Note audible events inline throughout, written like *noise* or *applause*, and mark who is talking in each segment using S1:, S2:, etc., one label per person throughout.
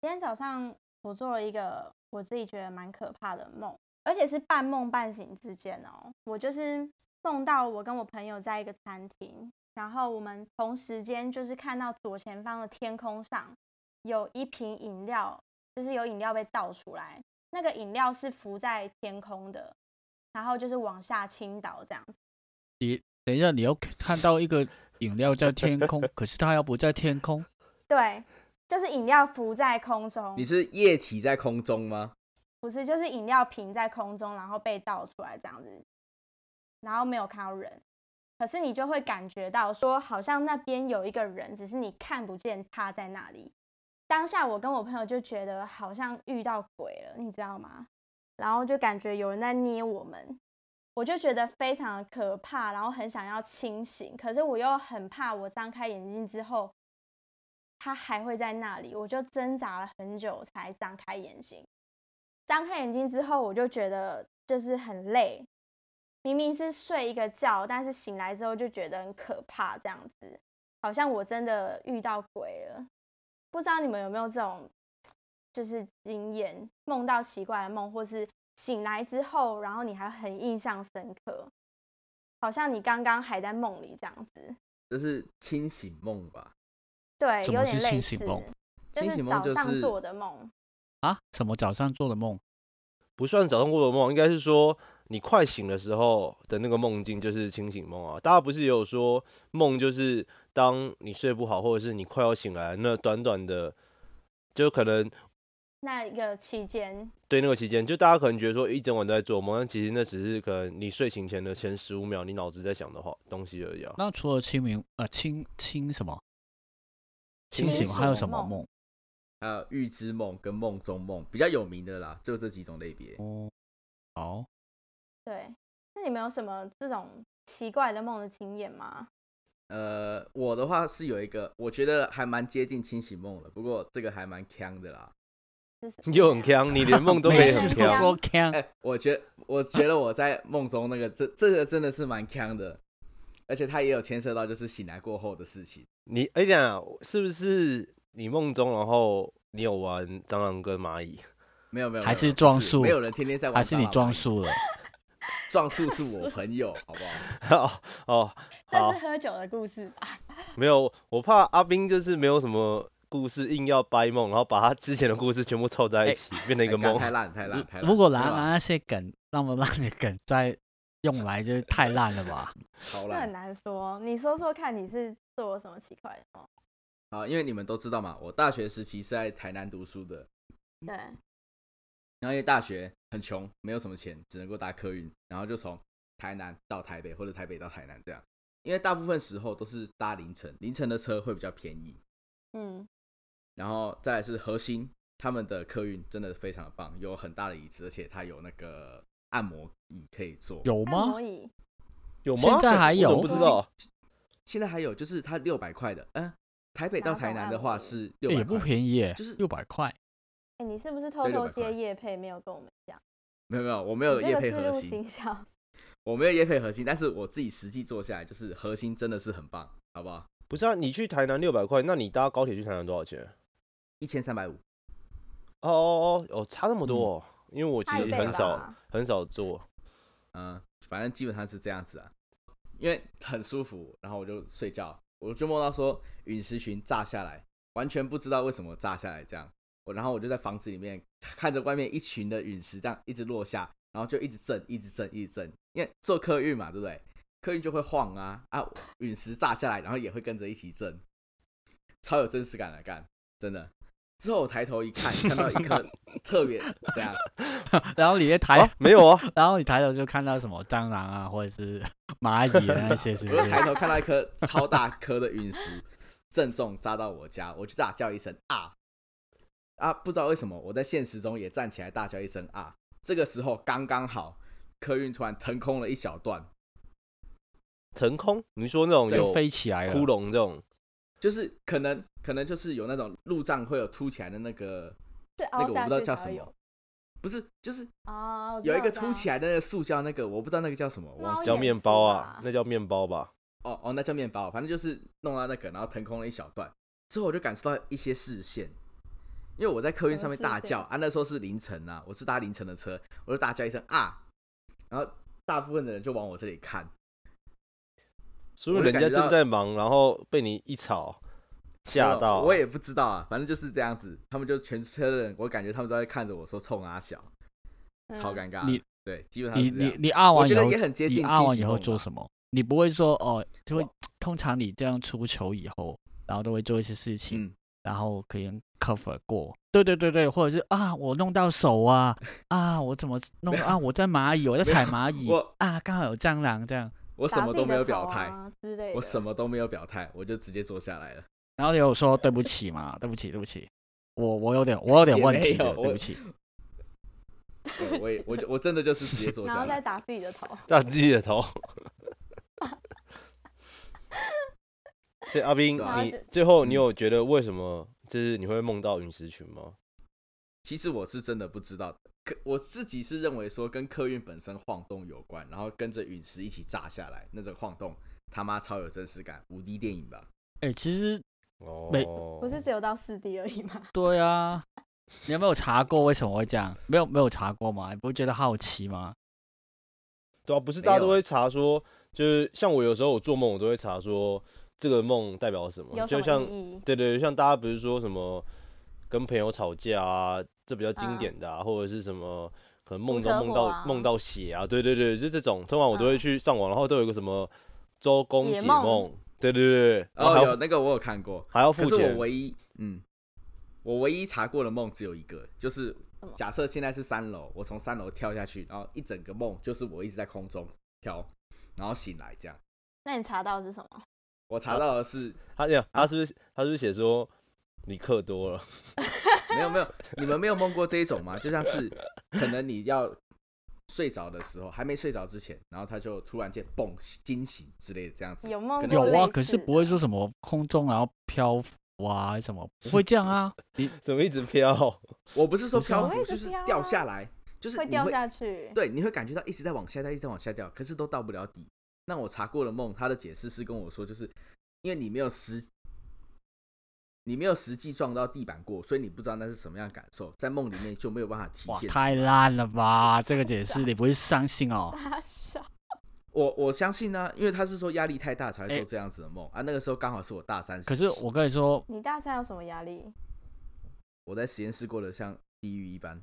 S1: 今天早上我做了一个我自己觉得蛮可怕的梦，而且是半梦半醒之间哦。我就是梦到我跟我朋友在一个餐厅，然后我们同时间就是看到左前方的天空上有一瓶饮料，就是有饮料被倒出来，那个饮料是浮在天空的，然后就是往下倾倒这样子。
S2: 你等一下，你要看到一个饮料在天 *laughs* 空，可是它又不在天空，
S1: 对，就是饮料浮在空中
S3: 你，是液体在空中吗？
S1: 不是就是饮料瓶在空中，然后被倒出来这样子，然后没有看到人，可是你就会感觉到说，好像那边有一个人，只是你看不见他在那里。当下我跟我朋友就觉得好像遇到鬼了，你知道吗？然后就感觉有人在捏我们，我就觉得非常的可怕，然后很想要清醒，可是我又很怕我张开眼睛之后，他还会在那里，我就挣扎了很久才张开眼睛。张开眼睛之后，我就觉得就是很累，明明是睡一个觉，但是醒来之后就觉得很可怕，这样子，好像我真的遇到鬼了。不知道你们有没有这种就是经验，梦到奇怪的梦，或是醒来之后，然后你还很印象深刻，好像你刚刚还在梦里这样子。
S3: 这是清醒梦吧？
S1: 对，
S2: 怎
S1: 有
S2: 么
S1: 点
S2: 是
S1: 类
S2: 清
S1: 似
S2: 醒，梦
S1: 就
S3: 清
S1: 是
S3: 醒梦
S1: 早
S3: 就
S1: 上
S3: 是
S1: 做的梦。
S2: 啊？什么早上做的梦？
S4: 不算早上做的梦，应该是说你快醒的时候的那个梦境就是清醒梦啊。大家不是也有说梦就是当你睡不好，或者是你快要醒来那短短的，就可能
S1: 那一个期间，
S4: 对那个期间，就大家可能觉得说一整晚都在做梦，但其实那只是可能你睡醒前的前十五秒，你脑子在想的话东西而已啊。 *laughs*
S2: 那除了清明呃清清什么清
S4: 清
S2: 醒
S4: 醒
S2: 还有什么
S1: 梦
S2: 梦？
S3: 还有预知梦跟梦中梦比较有名的啦，就这几种类别。
S2: 哦，好，
S1: 对，那你们有什么这种奇怪的梦的经验吗？
S3: 呃，我的话是有一个，我觉得还蛮接近清醒梦的，不过这个还蛮强的啦。
S1: 是
S3: *laughs*
S1: 什么
S4: 你就
S1: *laughs*
S4: 很
S1: 呀
S4: 强，你连
S2: *laughs*
S4: 梦都可
S2: 每
S4: 以
S2: 次
S4: 很
S2: 都
S4: 强。
S2: 说强
S3: 哎、我觉我觉得我在梦中那个这这个真的是蛮强的，而且它也有牵涉到就是醒来过后的事情。
S4: 你哎讲、啊、是不是你梦中，然后你有玩蟑螂跟蚂蚁？ *laughs*
S3: 没有没有，
S2: 还
S3: 没有
S2: 是
S3: 不
S2: 撞树
S3: 没有人天天在玩。
S2: 还是你撞？树了？
S3: 撞树是我朋友，好不好？
S4: 哦哦，好
S1: 这是，喝酒的故事吧？
S4: 没有，我怕阿斌就是没有什么故事，硬要掰梦，然后把他之前的故事全部凑在一起，变成一个
S3: 哎干
S4: 梦。
S3: 太烂太烂太烂。
S2: 如果
S3: 对
S2: 拿
S3: 吧
S2: 拿那些梗那么烂的梗再用来，就是太烂了 *laughs* 吧？
S3: 超
S1: 那
S3: 烂
S1: 很难说，你说说看，你是做了什么奇怪的梦？
S3: 啊，因为你们都知道嘛，我大学时期是在台南读书的，
S1: 对，
S3: 然后因为大学很穷，没有什么钱，只能够搭客运，然后就从台南到台北或者台北到台南这样。因为大部分时候都是搭凌晨，凌晨的车会比较便宜。
S1: 嗯，
S3: 然后再来是核心，他们的客运真的非常的棒，有很大的椅子，而且它有那个按摩椅可以坐。
S2: 有
S1: 按
S2: 吗
S1: 摩？椅
S4: 有吗？
S2: 现在还有
S4: 我怎么不知道。
S3: 现在还有就是它六百块的，嗯，台北
S1: 哪
S3: 到
S1: 种
S3: 台南的
S1: 按摩
S3: 话
S1: 椅
S3: 是六
S2: 欸
S3: 百、
S2: 也不便宜耶，
S3: 就是
S2: 六百块。
S1: 哎、你是不是偷
S3: 对
S1: 偷
S3: 600
S1: 接
S3: 块
S1: 叶配，没有跟我们讲？
S3: 没有没有，我没
S1: 没
S3: 有夜配
S1: 自
S3: 核
S1: 入
S3: 心，
S1: 行销，
S3: *laughs* 我没有夜配核心，但是我自己实际做下来，就是核心真的是很棒，好不好？
S4: 不是啊，你去台南六百块，那你搭高铁去台南多少钱？
S3: 一千三百五，
S4: 哦哦哦哦，差那么多、哦，因为我
S1: 太
S4: 其实
S1: 费
S4: 很
S1: 了
S4: 少
S1: 吧
S4: 很少做。
S3: 嗯，反正基本上是这样子啊，因为很舒服，然后我就睡觉，我就梦到说陨石群炸下来，完全不知道为什么炸下来这样，我然后我就在房子里面看着外面一群的陨石这样一直落下，然后就一直震，一直震，一直震，因为做客运嘛，对不对？客运就会晃啊啊，陨石炸下来，然后也会跟着一起震，超有真实感的干，真的。之后我抬头一看，看到一颗特别怎样，
S2: *laughs* 然后你一抬
S4: 啊，没有 *laughs* 啊，
S2: 然后你抬头就看到什么蟑螂啊，或者是蚂蚁啊那些，是不 *laughs*
S3: 我抬
S2: 是？
S3: 头看到一颗超大颗的陨石正中砸到我家，我就大叫一声啊啊！不知道为什么我在现实中也站起来大叫一声啊。这个时候刚刚好，客运突然腾空了一小段，
S4: 腾空，你说那种
S2: 就
S4: 有
S2: 飞起来了。
S4: 窟窿这种，
S3: 就是可能可能就是有那种路障会有凸起来的那个
S1: 是凹
S3: 那个我不
S1: 下
S3: 知道
S1: 去
S3: 叫
S1: 才
S3: 什
S1: 会有
S3: 么，不是就是
S1: 啊。我知
S3: 有一
S1: 道
S3: 个
S1: 我知
S3: 凸
S1: 道
S3: 起来的那个塑胶那个，我不知道那个叫什么，我忘
S1: 猫
S3: 记
S4: 叫
S1: 眼
S4: 面
S1: 是
S4: 包
S1: 吧
S4: 啊，那叫面包吧。
S3: 哦哦，那叫面包，反正就是弄到那个，然后腾空了一小段，之后我就感受到一些视线，因为我在客运上面
S1: 什么事
S3: 大叫
S1: 情
S3: 啊，那时候是凌晨啊，我是搭凌晨的车，我就大叫一声啊，然后大部分的人就往我这里看，
S4: 说明
S3: 我就
S4: 人
S3: 感
S4: 家
S3: 觉到
S4: 正在忙，然后被你一吵吓
S3: 我
S4: 到。
S3: 我也不知道啊，反正就是这样子，他们就全车的人，我感觉他们都在看着我说冲啊小，超
S1: 嗯
S3: 尴尬，
S2: 你
S3: 对，基本上
S2: 你
S3: 是这
S2: 你
S3: 样。
S2: 你按
S3: 我
S2: 完以
S3: 觉得
S2: 后
S3: 也，很接
S2: 你
S3: 近
S2: 按
S3: 清
S2: 完
S3: 醒
S2: 以后
S3: 梦
S2: 做
S3: 吧
S2: 什么？你不会说哦，就会
S3: 我
S2: 通常你这样出糗以后，然后都会做一些事情，
S3: 嗯，
S2: 然后可以 cover 过。对对对对，或者是啊，我弄到手啊啊，我
S3: *laughs*
S2: 怎么弄
S3: 没有
S2: 啊？我在蚂蚁，我在
S3: 没有
S2: 踩蚂蚁
S3: 我
S2: 啊，刚好有蟑螂这样，
S3: 我什
S1: 打
S3: 么
S1: 自
S3: 都
S1: 己
S3: 没
S1: 的
S3: 有表
S1: 头
S3: 态，
S1: 啊之类的。
S3: 我什么都没有表态，我就直接坐下来了。
S2: 然后有说对不起嘛，对不起对不起，我我有点我有点
S3: 也
S2: 问
S3: 没
S2: 题
S3: 有
S2: 的，对
S3: 我
S2: 不起。
S3: 对我也我就我真的就是直接坐
S1: 然
S3: 下
S1: 后再
S3: 来。哦
S1: 打自己的头，
S4: 打自己的头。所以阿斌，
S3: 对啊
S4: 你
S1: 就
S4: 最后
S3: 嗯
S4: 你有觉得为什么就是你会梦到陨石群吗？
S3: 其实我是真的不知道，可我自己是认为说跟客运本身晃动有关，然后跟着陨石一起炸下来，那种晃动他妈超有真实感，五 D 电影吧？
S2: 哎，其实
S4: 哦，
S2: 没
S1: 不是只有到四 D 而已吗？
S2: 对啊，你有没有查过为什么会这样？没有没有查过吗？你不会觉得好奇吗？
S4: 对啊，不是
S3: 没
S4: 大家
S3: 有
S4: 都
S3: 欸
S4: 会查说，就是像我有时候我做梦，我都会查说这个梦代表什么，
S1: 有什
S4: 就
S1: 么
S4: 像
S1: 意义？
S4: 对对，像大家不是说什么跟朋友吵架啊，这比较经
S1: 嗯
S4: 典的啊，或者是什么可能
S1: 出
S4: 梦中
S1: 车
S4: 梦
S1: 祸
S4: 到、
S1: 啊
S4: 梦到血啊，对对对，就这种，通常我都会
S1: 嗯
S4: 去上网，然后都有一个什么周公
S1: 解
S4: 解
S1: 梦
S4: 梦，对对对，然后
S3: 哦
S4: 还，要、
S3: 有那个我有看过，
S4: 还要
S3: 可
S4: 付
S3: 是
S4: 钱
S3: 我，唯一嗯，我唯一查过的梦只有一个，就是
S1: 什么
S3: 假设现在是三楼，我从三楼跳下去，然后一整个梦就是我一直在空中飘，然后醒来这样。
S1: 那你查到的是什么？
S3: 我查到的是
S4: 他呀，
S3: 啊
S4: 他是不是他是不是写说你课多了？
S3: 没有没有，你们没有梦过这一种吗？就像是可能你要睡着的时候，还没睡着之前，然后他就突然间蹦惊醒之类的这样子。
S1: 有梦
S3: 可能
S1: 过
S3: 是
S2: 有啊，
S1: 类
S2: 可是
S1: 似
S2: 不会
S1: 的
S2: 说什么空中然后漂浮啊什么，不会这样啊。你
S4: 怎么一直飘？ *laughs*
S3: 我不是说
S2: 不是啊
S3: 漂浮，
S1: 我也是
S3: 就是
S1: 飘啊
S3: 掉下来，就是
S1: 会
S3: 你
S1: 掉
S3: 会
S1: 下去。
S3: 对，你会感觉到一直在往下掉，一直在往下掉，可是都到不了底。那我查过了梦，他的解释是跟我说，就是因为你没有实，你没有实际撞到地板过，所以你不知道那是什么样的感受，在梦里面就没有办法体
S2: 哇，
S3: 现出来。
S2: 太烂了吧！这个解释你不会相信哦。
S1: *laughs* 大笑，
S3: 我我相信呢、因为他是说压力太大才会
S2: 哎
S3: 做这样子的梦、啊。那个时候刚好是我大三时期，
S2: 可是我跟你说，
S1: 你大三有什么压力？
S3: 我在实验室过得像地狱一般。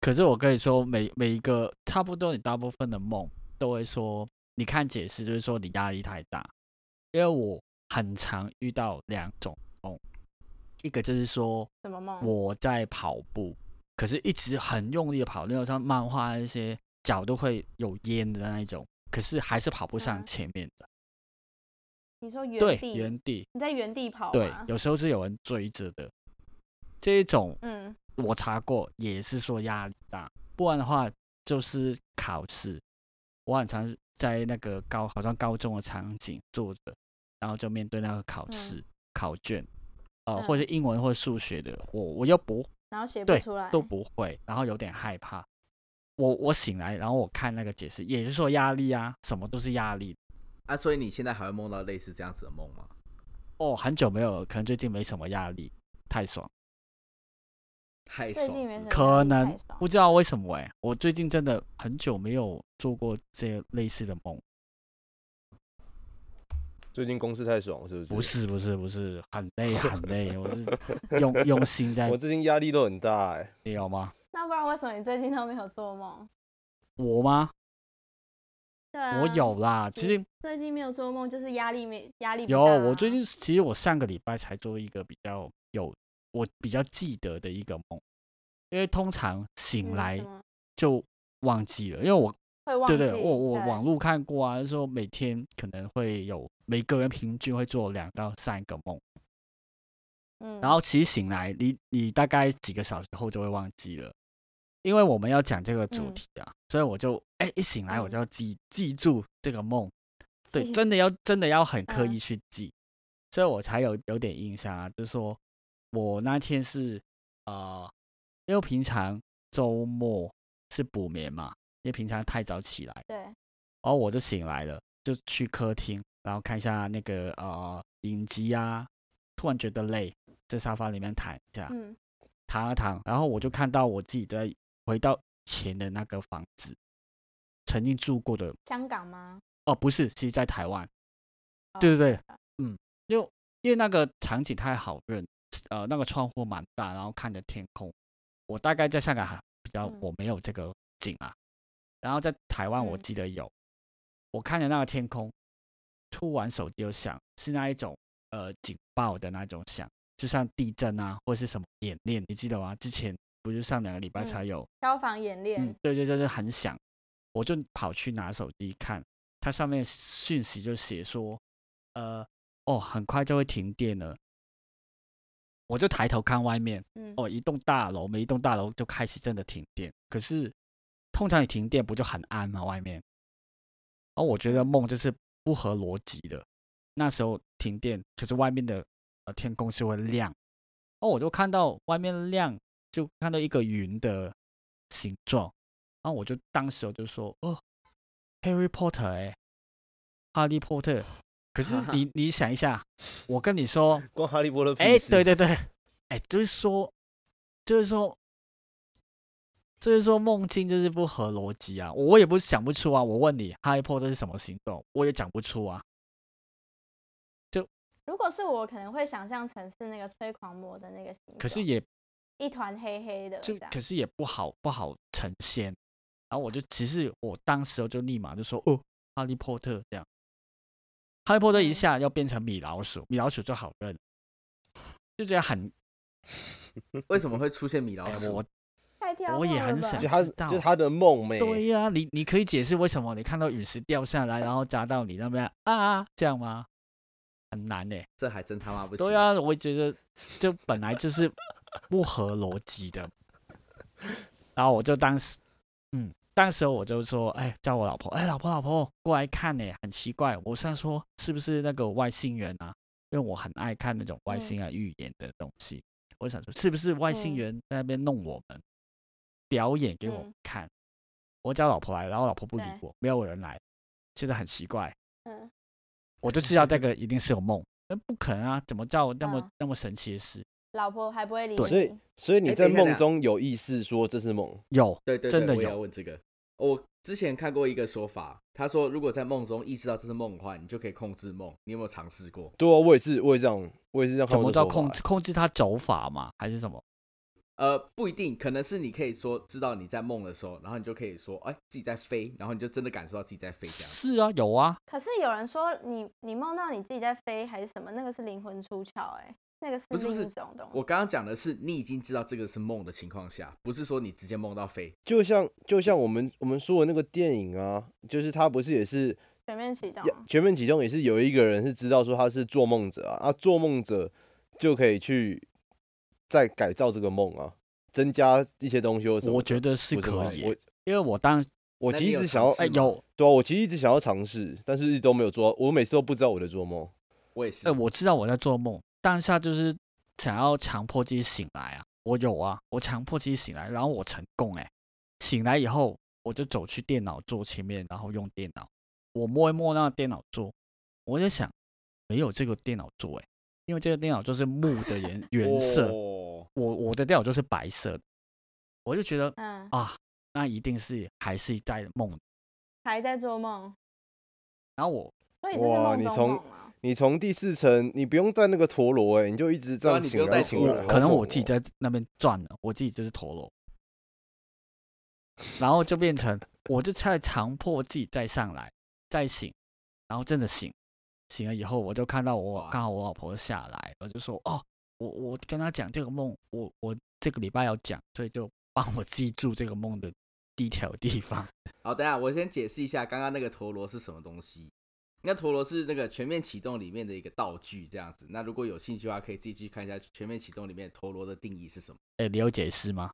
S2: 可是我跟你说，每每一个差不多，你大部分的梦都会说，你看解释就是说你压力太大，因为我很常遇到两种梦，一个就是说
S1: 什么梦？
S2: 我在跑步，可是一直很用力的跑，那种像漫画那些脚都会有烟的那一种，可是还是跑不上
S1: 嗯
S2: 前面的，
S1: 你说原
S2: 对，
S1: 地？
S2: 原地，
S1: 你在原地跑
S2: 对
S1: 吗，？
S2: 有时候是有人追着的，这一种
S1: 嗯，
S2: 我查过，也是说压力大，不然的话就是考试。我很常在那个高，好像高中的场景坐着，然后就面对那个考
S1: 嗯
S2: 试、考卷，呃，
S1: 嗯
S2: 或者英文或者数学的，我我又不
S1: 然后写不
S2: 对
S1: 出来，
S2: 都不会，然后有点害怕。我我醒来，然后我看那个解释，也是说压力啊，什么都是压力。
S3: 啊，所以你现在还会梦到类似这样子的梦吗？
S2: 哦，很久没有，可能最近没什么压力，太爽。
S3: 太
S1: 最
S3: 爽
S1: 近没
S3: 是不
S1: 什么
S3: 是
S2: 可
S1: 压力
S2: 能
S1: 太爽
S2: 不知道为什么哎、我最近真的很久没有做过这类似的梦。
S4: 最近公司太爽了是不是？
S2: 不，是不是不是，很累很累，我是 *laughs* 用用心在
S4: 我最近压力都很大哎、
S2: 聊吗？
S1: 那不然为什么你最近都没有做梦？
S2: 我吗？
S1: 对啊，
S2: 我有啦，其实
S1: 最近没有做梦，就是压力没压力不
S2: 有。
S1: 大
S2: 我
S1: 啊
S2: 最近其实我上个礼拜才做一个比较有我比较记得的一个梦，因为通常醒
S1: 嗯
S2: 来
S1: 什么
S2: 就忘记了，因为我
S1: 会忘
S2: 对
S1: 记。
S2: 对，我我网
S1: 络
S2: 路看过啊，就说每天可能会有每个人平均会做两到三个梦。
S1: 嗯，
S2: 然后其实醒来，你你大概几个小时后就会忘记了，因为我们要讲这个主
S1: 嗯
S2: 题啊，所以我就哎、一醒来我就
S1: 嗯
S2: 要记记住这个梦，对，
S1: *laughs* 记
S2: 真的要真的要很刻
S1: 嗯
S2: 意去记，所以我才有有点印象啊，就是说我那天是呃，因为平常周末是补眠嘛，因为平常太早起来。
S1: 对，
S2: 然后我就醒来了，就去客厅，然后看一下那个呃影集啊，突然觉得累，在沙发里面躺一下，
S1: 嗯，
S2: 躺啊躺，然后我就看到我自己在回到以前的那个房子，曾经住过的
S1: 香港吗？
S2: 哦，不是，是在台湾，
S1: 哦
S2: 对对对，因为因为那个场景太好认，呃，那个窗户蛮大，然后看着天空。我大概在香港还比较
S1: 嗯，
S2: 我没有这个景啊。然后在台湾，我
S1: 嗯
S2: 记得有，我看着那个天空，突然手机就响，是那一种呃警报的那种响，就像地震啊或是什么演练，你记得吗？之前不是上两个礼拜
S1: 嗯
S2: 才有，
S1: 消防演练，
S2: 嗯，对对对对，很响。我就跑去拿手机看，它上面讯息就写说，呃，哦，很快就会停电了。我就抬头看外面，
S1: 嗯，
S2: 哦，一栋大楼，每一栋大楼就开始真的停电。可是通常你停电不就很暗吗？外面，而、我觉得梦就是不合逻辑的。那时候停电，可是外面的呃天空是会亮，哦，我就看到外面亮，就看到一个云的形状，然后我就当时我就说，哦，Harry Potter 哎、哈利波特。可是你你想一下，我跟你说，
S4: 光哈利波特屁
S2: 哎、
S4: 事
S2: 对对对，哎、就是说，就是说，就是说，梦境就是不合逻辑啊！我也不是想不出啊！我问你，哈利波特是什么行动？我也讲不出啊！
S1: 如果是我，可能会想象成是那个吹狂魔的那个形状，
S2: 可是也
S1: 一团黑黑啊的这
S2: 就
S1: 样，
S2: 可是也不好不好呈现。然后我就其实我当时就立马就说，哦，哈利波特这样，哈利波特一
S1: 嗯
S2: 下要变成米老鼠，米老鼠就好认，就觉得很
S3: 为什么会出现米老
S2: 哎、
S3: 鼠？
S2: 我
S1: 太跳
S2: 我也
S1: 痛了
S2: 很
S1: 吧
S2: 想
S4: 就他
S2: 知道
S4: 就是他的梦欸寐。
S2: 对呀、你你可以解释为什么你看到陨石掉下来，然后砸到你那边啊，这样吗？很难欸呢、
S3: 这还真他妈不行。
S2: 对啊，我觉得就本来就是不合逻辑
S1: *laughs*
S2: 的。然后我就当时，嗯，当时我就说，哎，叫我老婆，哎，老婆老婆过来看呢、很奇怪。我想说是不是那个外星人啊？因为我很爱看那种外星人预言的东西，我想说是不是外星
S1: 嗯
S2: 人在那边弄我们，表演给我
S1: 嗯
S2: 看。我叫老婆来，然后老婆不理
S1: 对
S2: 我，没有人来，现在很奇怪。
S1: 嗯
S2: 我就知道这个一定是有梦，那不可能啊！怎么叫那么、
S1: 嗯
S2: 那么神奇的事？
S1: 老婆还不会理
S2: 对
S4: 所以
S1: 你，
S4: 所以你
S3: 哎
S4: 在
S3: 等一下
S4: 梦中有意识说这是梦，
S2: 有，
S3: 对对对，
S2: 真的
S3: 我也
S2: 有
S3: 要问这个。我之前看过一个说法，他说如果在梦中意识到这是梦的话，你就可以控制梦。你有没有尝试过？
S4: 对啊，我也是我也这样，我也是这样看
S2: 怎么
S4: 过这
S2: 叫
S4: 说法
S2: 控制控制它走法嘛，还是什么？
S3: 呃，不一定，可能是你可以说知道你在梦的时候，然后你就可以说，哎、自己在飞，然后你就真的感受到自己在飞这样。
S2: 是啊，有啊，
S1: 可是有人说你你梦到你自己在飞还是什么，那个是灵魂出窍哎、那个是
S3: 不是不
S1: 另
S3: 是
S1: 一种东西。
S3: 我刚刚讲的是你已经知道这个是梦的情况下，不是说你直接梦到飞。
S4: 就像就像我们我们说的那个电影啊，就是他不是也是
S1: 全面启
S3: 哦
S1: 动啊
S4: 呀全面启动也是有一个人是知道说他是做梦者啊，啊，做梦者就可以去再改造这个梦啊，增加一些东西或什么的。
S2: 我觉得是
S4: 不
S2: 可
S4: 吗
S2: 以
S4: 我
S2: 耶，因为我当
S4: 我
S3: 那
S4: 其
S3: 你
S4: 实一
S3: 有
S4: 直
S3: 尝
S4: 想要，
S3: 试
S2: 哎
S3: 吗
S2: 有
S4: 对啊，我其实一直想要尝试，但是一直都没有做到。我每次都不知道我在做梦。
S3: 我也是，
S2: 哎，我知道我在做梦，当下就是想要强迫自己醒来啊，我有啊，我强迫自己醒来，然后我成功哎，醒来以后我就走去电脑桌前面，然后用电脑，我摸一摸那个电脑桌，我在想没有这个电脑桌哎，因为这个电脑桌是木的颜原色，
S3: 哦
S2: 我我的电脑就是白色的，我就觉得
S1: 嗯，
S3: 哦
S2: 啊，那一定是还是在梦。
S1: 还在做梦，
S2: 然后我
S1: 所以这是
S4: 哇
S1: 梦
S4: 你
S1: 中
S4: 从
S1: 梦啊。
S4: 你从第四层，你不用带那个陀螺、哎，你就一直这
S3: 对啊
S4: 样
S3: 你不
S4: 醒
S3: 用
S4: 来
S3: 带
S4: 醒
S3: 陀
S4: 来。
S3: 螺
S4: 好
S2: 可能
S4: 猛
S2: 我自己
S4: 哦，
S2: 在那边转了，我自己就是陀螺，然后就变成我就在强迫自己再上来，再醒，然后真的醒，醒了以后我就看到我
S3: 哇
S2: 刚好我老婆下来，我就说哦，我我跟她讲这个梦，我我这个礼拜要讲，所以就帮我记住这个梦的 detail 地方。
S3: 好，等一下我先解释一下刚刚那个陀螺是什么东西。那陀螺是那个全面启动里面的一个道具，这样子。那如果有兴趣的话，可以自己去看一下全面启动里面陀螺的定义是什么。
S2: 哎，你有解释吗？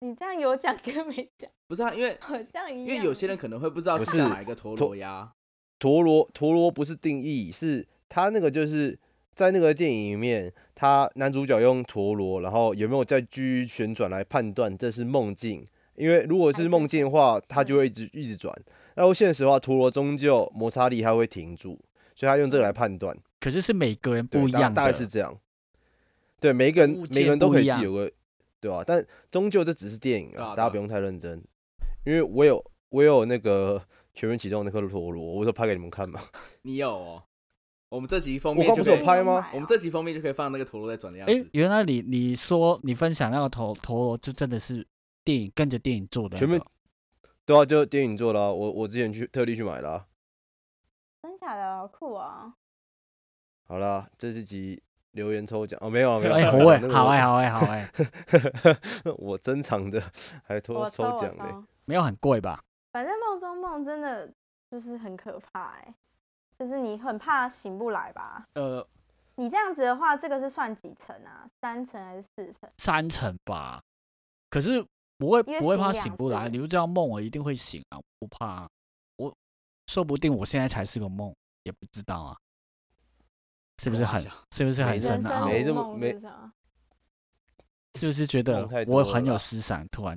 S1: 你这样有讲跟没讲
S3: 不是啊，因为
S1: 好像一
S3: 因
S1: 样欸。
S3: 为有些人可能会不知道
S4: 不
S3: 是
S4: 是
S3: 讲哪一个陀
S4: 陀
S3: 螺呀。
S4: 陀螺陀螺不是定义，是他那个就是在那个电影里面，他男主角用陀螺，然后有没有再继续旋转来判断这是梦境。因为如果
S1: 还
S4: 是
S1: 是
S4: 梦境的话，它
S1: 嗯
S4: 就会一直一直转；然后现实的话，陀螺终究摩擦力它会停住，所以他用这个来判断。
S2: 可是是每个人
S4: 对
S2: 不一
S4: 大
S2: 样的，
S4: 大概是这样。对，每一个人
S2: 物
S4: 每
S2: 件
S4: 个人都
S2: 不
S4: 可
S2: 一
S4: 以自
S2: 样
S4: 己有个，对吧、但终究这只是电影
S3: 对啊
S4: 啊，
S3: 对
S4: 大
S3: 啊
S4: 家不用太认真，因为我有我有那个全面启动那颗陀螺，我说拍给你们看嘛，你
S3: 你有哦？我们这集封
S4: 我
S3: 面
S4: 刚
S3: 就
S4: 不
S3: 可
S4: 是有
S3: 以
S4: 拍吗
S3: 我们这集封面就可以放那个陀螺在转的样
S2: 哎、
S3: 子。
S2: 原来你你说你分享那个陀陀螺，就真的是电影跟着电影做的、
S4: 全面，对啊，就电影做的、啊，我我之前去特地去买的、啊。
S1: 啊真假的好酷哦！
S4: 好啦，这是集留言抽奖哦，没有啊没有啊，
S2: 哎、
S4: 没
S2: 好
S4: 有啊 *laughs*
S2: 哎、好哎、，好哎、好哎、
S4: 那个我我珍藏的还
S1: 我
S4: 偷
S1: 抽我
S4: 奖嘞、
S1: 抽，
S2: 没有很贵吧？
S1: 反正梦中梦真的就是很可怕哎、就是你很怕醒不来吧？
S2: 呃，
S1: 你这样子的话，这个是算几层啊？三层还是四层？
S2: 三成吧。可是不会
S1: 因为
S2: 不会
S1: 醒
S2: 怕
S1: 两
S2: 醒不
S1: 次
S2: 来，你就这样梦，我一定会醒啊，我不怕、啊。我说不定我现在才是个梦，也不知道啊。是不是
S3: 开玩
S2: 很
S3: 笑
S2: 是不是很
S4: 没啊
S1: 人
S2: 深
S1: 生
S2: 奥？
S4: 没这
S1: 如
S4: 么
S1: 梦
S4: 没
S1: 是啥？
S2: 是不是觉得
S4: 梦太
S2: 我
S4: 多
S2: 很
S4: 了
S2: 有
S4: 啦
S2: 思想？突然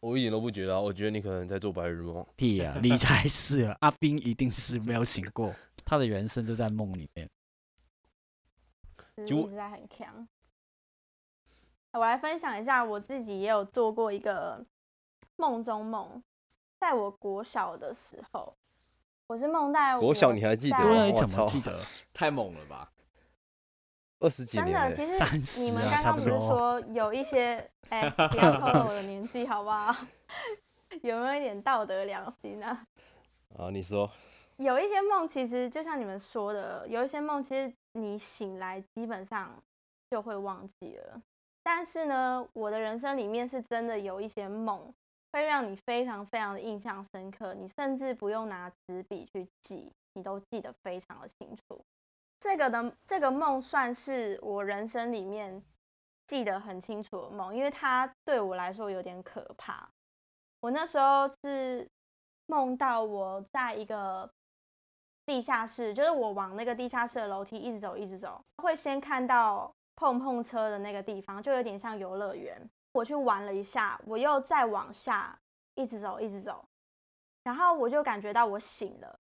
S4: 我一点都不觉得、啊，我觉得你可能在做白日梦。
S2: 屁呀、
S4: *laughs*
S2: 你才是啊！阿斌一定是没有醒过，他的人生就在梦里面。
S1: 就是
S4: 结果
S1: 一直在很强。我来分享一下，我自己也有做过一个梦中梦，在我国小的时候，我是梦到
S4: 国小你还记得
S1: 在
S2: 对啊，
S4: 哇
S2: 你
S4: 我
S2: 怎么
S4: 操
S2: 记得？
S3: *laughs* 太猛了吧！
S4: 二十几
S1: 真
S4: 年
S1: 的，
S4: 嘞、
S1: 其实
S2: 三十
S1: 你们
S2: 啊，
S1: 刚
S2: 差
S1: 刚
S2: 不
S1: 不是
S2: 多。
S1: 说有一些，哎、不要透露我的年纪好不好？ *laughs* 有没有一点道德良心啊？
S4: 啊！你说
S1: 有一些梦，其实就像你们说的，有一些梦，其实你醒来基本上就会忘记了。但是呢，我的人生里面是真的有一些梦，会让你非常非常的印象深刻，你甚至不用拿纸笔去记，你都记得非常的清楚。这个的这个梦算是我人生里面记得很清楚的梦，因为它对我来说有点可怕。我那时候是梦到我在一个地下室，就是我往那个地下室的楼梯一直走，一直走，会先看到碰碰车的那个地方，就有点像游乐园。我去玩了一下，我又再往下一直走，一直走，然后我就感觉到我醒了。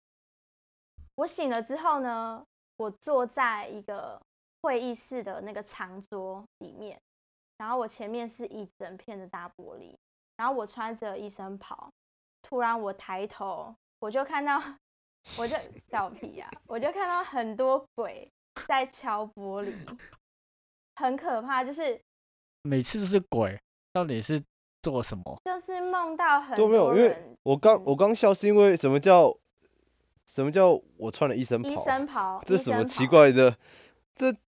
S1: 我醒了之后呢，我坐在一个会议室的那个长桌里面，然后我前面是一整片的大玻璃，然后我穿着一身袍，突然我抬头，我就看到，我就小屁呀、我就看到很多鬼在敲玻璃，很可怕，就是
S2: 每次都是鬼，到底是做什么？
S1: 就是梦到很
S4: 都没有
S1: 多
S4: 因为
S1: 人
S4: 我刚我刚笑是因为什么叫什么叫我穿了一身
S1: 医
S4: 袍啊？
S1: 生袍，
S4: 这
S1: 医
S4: 什么
S1: 生
S4: 奇
S1: 袍？
S4: 怪的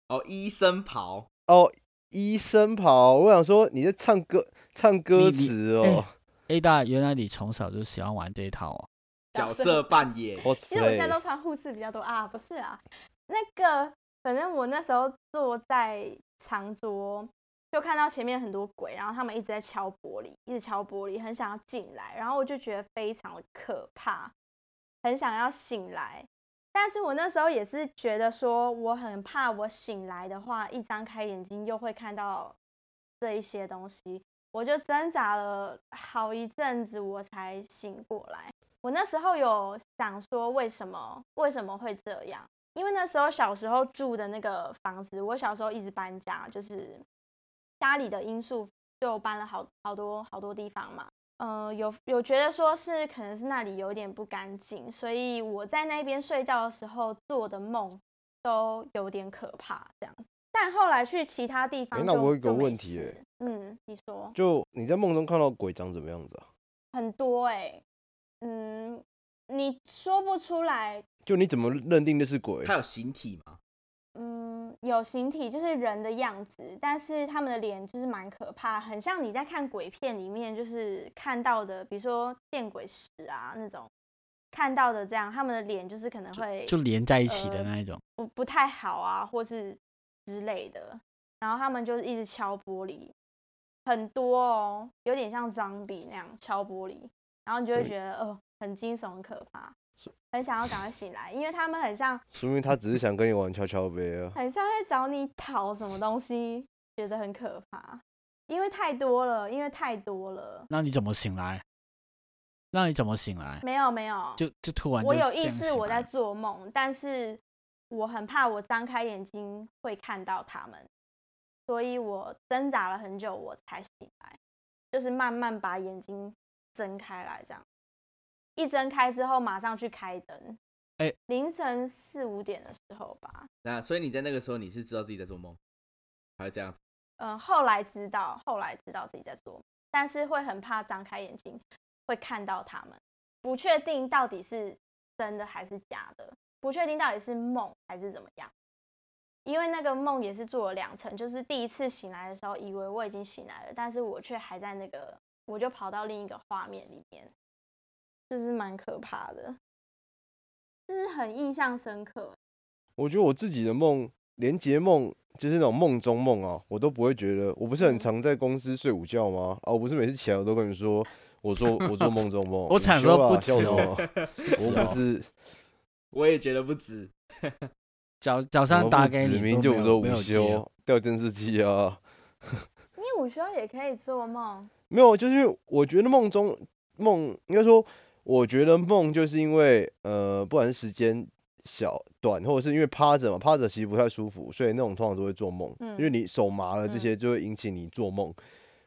S3: 哦，医生袍，
S4: 哦？医生袍，我想说你在唱歌唱歌
S2: 你你
S4: 词
S2: 哎
S4: 哦、
S2: A 大，原来你从小就喜欢玩这一套哦。
S3: 角色扮演
S4: c，o *laughs* s
S1: 其
S4: p
S1: 实我
S4: l a
S1: 现在
S4: y
S1: 都穿护士比较多啊，不是啊，那个反正我那时候坐在长桌，就看到前面很多鬼，然后他们一直在敲玻璃，一直敲玻璃，很想要进来，然后我就觉得非常可怕，很想要醒来。但是我那时候也是觉得说，我很怕我醒来的话，一张开眼睛又会看到这一些东西，我就挣扎了好一阵子，我才醒过来。我那时候有想说，为什么为什么会这样？因为那时候小时候住的那个房子，我小时候一直搬家，就是家里的因素就搬了好好多好多地方嘛。呃，有有觉得说是可能是那里有点不干净，所以我在那边睡觉的时候做的梦都有点可怕这样子。但后来去其他地方
S4: 诶
S1: 就、
S4: 那我有一个
S1: 就没
S4: 问题
S1: 事
S4: 诶
S1: 嗯，你说，
S4: 就你在梦中看到鬼长什么样子啊？
S1: 很多哎、嗯，你说不出来，
S4: 就你怎么认定这是鬼
S3: 它？有形体吗？
S1: 嗯，有形体就是人的样子，但是他们的脸就是蛮可怕，很像你在看鬼片里面就是看到的，比如说见鬼时啊那种看到的这样，他们的脸就是可能会
S2: 就连在一起的
S1: 呃
S2: 那一种。
S1: 不不太好啊，或是之类的。然后他们就是一直敲玻璃，很多哦，有点像脏笔那样敲玻璃，然后你就会
S4: 所以
S1: 觉得哦、很惊悚、很可怕
S4: 所，
S1: 很想要赶快醒来，因为他们很像
S4: 说明他只是想跟你玩跷跷杯啊。
S1: 很像在找你讨什么东西，觉得很可怕，因为太多了，因为太多了。
S2: 那你怎么醒来？那你怎么醒来？
S1: 没有没有，
S2: 就就突然
S1: 我
S2: 就
S1: 有
S2: 是这
S1: 意
S2: 样
S1: 识
S2: 醒
S1: 我在
S2: 来
S1: 做梦，但是我很怕我张开眼睛会看到他们，所以我挣扎了很久，我才醒来，就是慢慢把眼睛睁开来，这样一睁开之后马上去开灯。
S2: 哎
S1: 凌晨四五点的时候吧，
S3: 那所以你在那个时候你是知道自己在做梦，还是这样子？
S1: 嗯，后来知道，后来知道自己在做梦，但是会很怕张开眼睛会看到他们，不确定到底是真的还是假的，不确定到底是梦还是怎么样。因为那个梦也是做了两层，就是第一次醒来的时候，以为我已经醒来了，但是我却还在那个，我就跑到另一个画面里面，就是蛮可怕的，就是很印象深刻。
S4: 我觉得我自己的梦，连结梦，就是那种梦中梦啊，我都不会觉得。我不是很
S1: 嗯
S4: 常在公司睡午觉吗？啊，我不是每次起来我都跟你说，我做我做梦中梦。
S2: *laughs* 我想
S4: 想
S2: 说不止
S4: 笑什
S2: 哦
S4: 么？
S2: *laughs*
S4: 我
S2: 哦
S4: 不是
S3: 我也觉得不止，
S2: 早早
S4: 我
S2: 上打给
S4: 指
S2: 你
S4: 明
S2: 都
S4: 就
S2: 没
S4: 我
S2: 有
S4: 说
S2: 没
S4: 午
S2: 有接哦
S4: 休掉电视机啊，
S1: 你午休也可以做梦，
S4: 没有，就是因为我觉得梦中梦应该说，我觉得梦就是因为呃，不管是时间小短，或者是因为趴着嘛，趴着其实不太舒服，所以那种通常都会做梦，
S1: 嗯
S4: 因为你手麻了，这
S1: 嗯
S4: 些就会引起你做梦。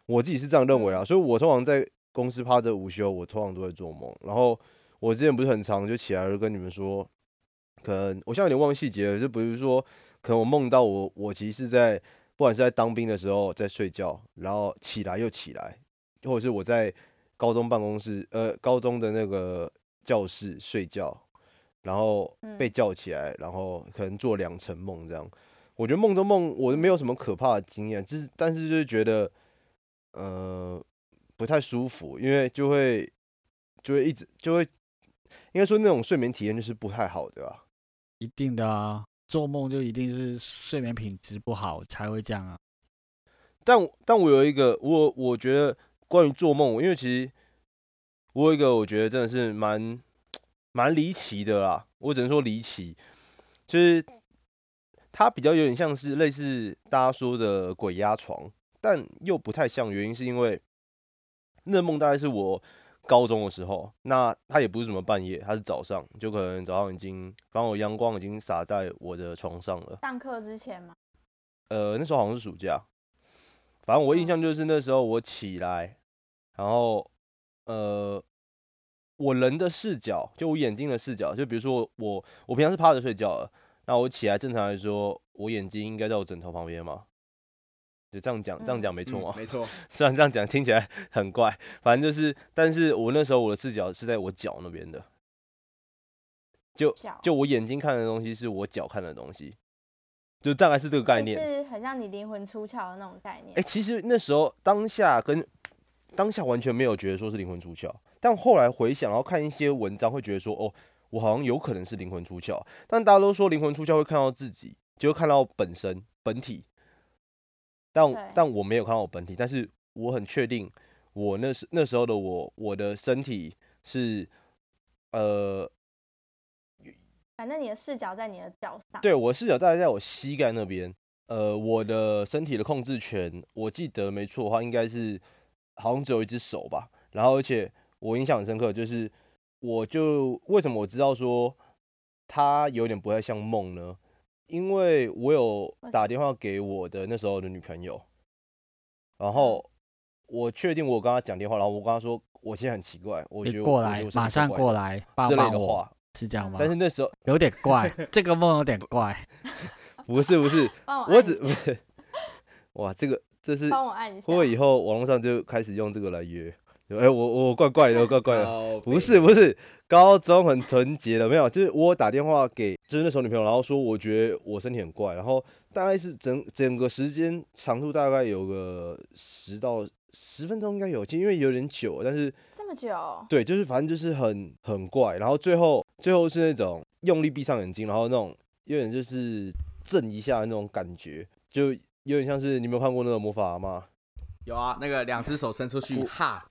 S4: 我自己是这样认为啊，所以我通常在公司趴着午休，我通常都会做梦。然后我之前不是很常就起来就跟你们说，可能我现在有点忘细节了，就比如说，可能我梦到我我其实是在不管是在当兵的时候在睡觉，然后起来又起来，或者是我在高中办公室呃高中的那个教室睡觉，然后被
S1: 嗯
S4: 叫起来，然后可能做两层梦这样。我觉得梦中梦我没有什么可怕的经验，就是但是就是觉得呃不太舒服，因为就会就会一直就会应该说那种睡眠体验就是不太好的啊吧、
S2: 一定的啊，做梦就一定是睡眠品质不好才会这样啊。
S4: 但我但我有一个，我我觉得关于做梦，因为其实我有一个，我觉得真的是蛮蛮离奇的啦。我只能说离奇，就是它比较有点像是类似大家说的鬼压床，但又不太像。原因是因为那梦大概是我高中的时候，那它也不是什么半夜，它是早上，就可能早上已经，刚好阳光已经洒在我的床上了。
S1: 上课之前嘛，
S4: 呃，那时候好像是暑假，反正我印象就是那时候我起来，然后呃，我人的视角，就我眼睛的视角，就比如说我我平常是趴着睡觉的，那我起来正常来说，我眼睛应该在我枕头旁边嘛，就这样讲，这样
S1: 嗯
S4: 讲没错
S3: 嗯
S4: 嘛，
S3: 没错，
S4: 虽然这样讲听起来很怪，反正就是，但是我那时候我的视角是在我脚那边的，就
S1: 脚
S4: 就我眼睛看的东西是我脚看的东西，就大概是这个概念。
S1: 就是很像你灵魂出窍的那种概念。
S4: 哎、其实那时候当下跟当下完全没有觉得说是灵魂出窍，但后来回想，然后看一些文章，会觉得说，哦，我好像有可能是灵魂出窍。但大家都说灵魂出窍会看到自己，就会看到本身本体，但
S1: 对
S4: 但我没有看到我本体，但是我很确定，我那时那时候的我，我的身体是呃，
S1: 反正你的视角在你的脚上。
S4: 对，我视角大概在我膝盖那边。呃，我的身体的控制权，我记得没错的话，应该是好像只有一只手吧。然后，而且我印象很深刻，就是我就为什么我知道说它有点不太像梦呢？因为我有打电话给我的那时候的女朋友，然后我确定我有跟她讲电话，然后我跟她说我现在很奇怪，我
S2: 你
S4: 觉得
S2: 过
S4: 我觉
S2: 来
S4: 得我，是
S2: 马上过
S4: 来
S2: 来帮
S4: 之类
S2: 帮
S4: 的
S2: 我，
S4: 话。
S2: 是这样吗？
S4: 但是那时候
S2: 有
S4: *laughs*
S2: 点怪，这个梦有点怪。
S4: 不是不是，
S1: 帮我按一
S4: 我只
S1: 下
S4: 不是， *laughs* 哇，这个这是
S1: 帮我按一下。
S4: 会不会以后网络上就开始用这个来约？就哎、我我怪怪的， *laughs* 怪
S3: *laughs*
S4: 怪的。
S3: 靠
S4: 不
S3: 北
S4: 是不是，高中很纯洁的，没有，就是我打电话给就是那时候女朋友，然后说我觉得我身体很怪，然后大概是整整个时间长度大概有个十到十分钟应该有，其实因为有点久，但是
S1: 这么久？
S4: 对，就是反正就是很很怪，然后最后最后是那种用力闭上眼睛，然后那种有点就是震一下的那种感觉，就有点像是你有没有看过那个魔法吗？
S3: 有啊，那个两只手伸出去，
S4: 我
S3: 哈，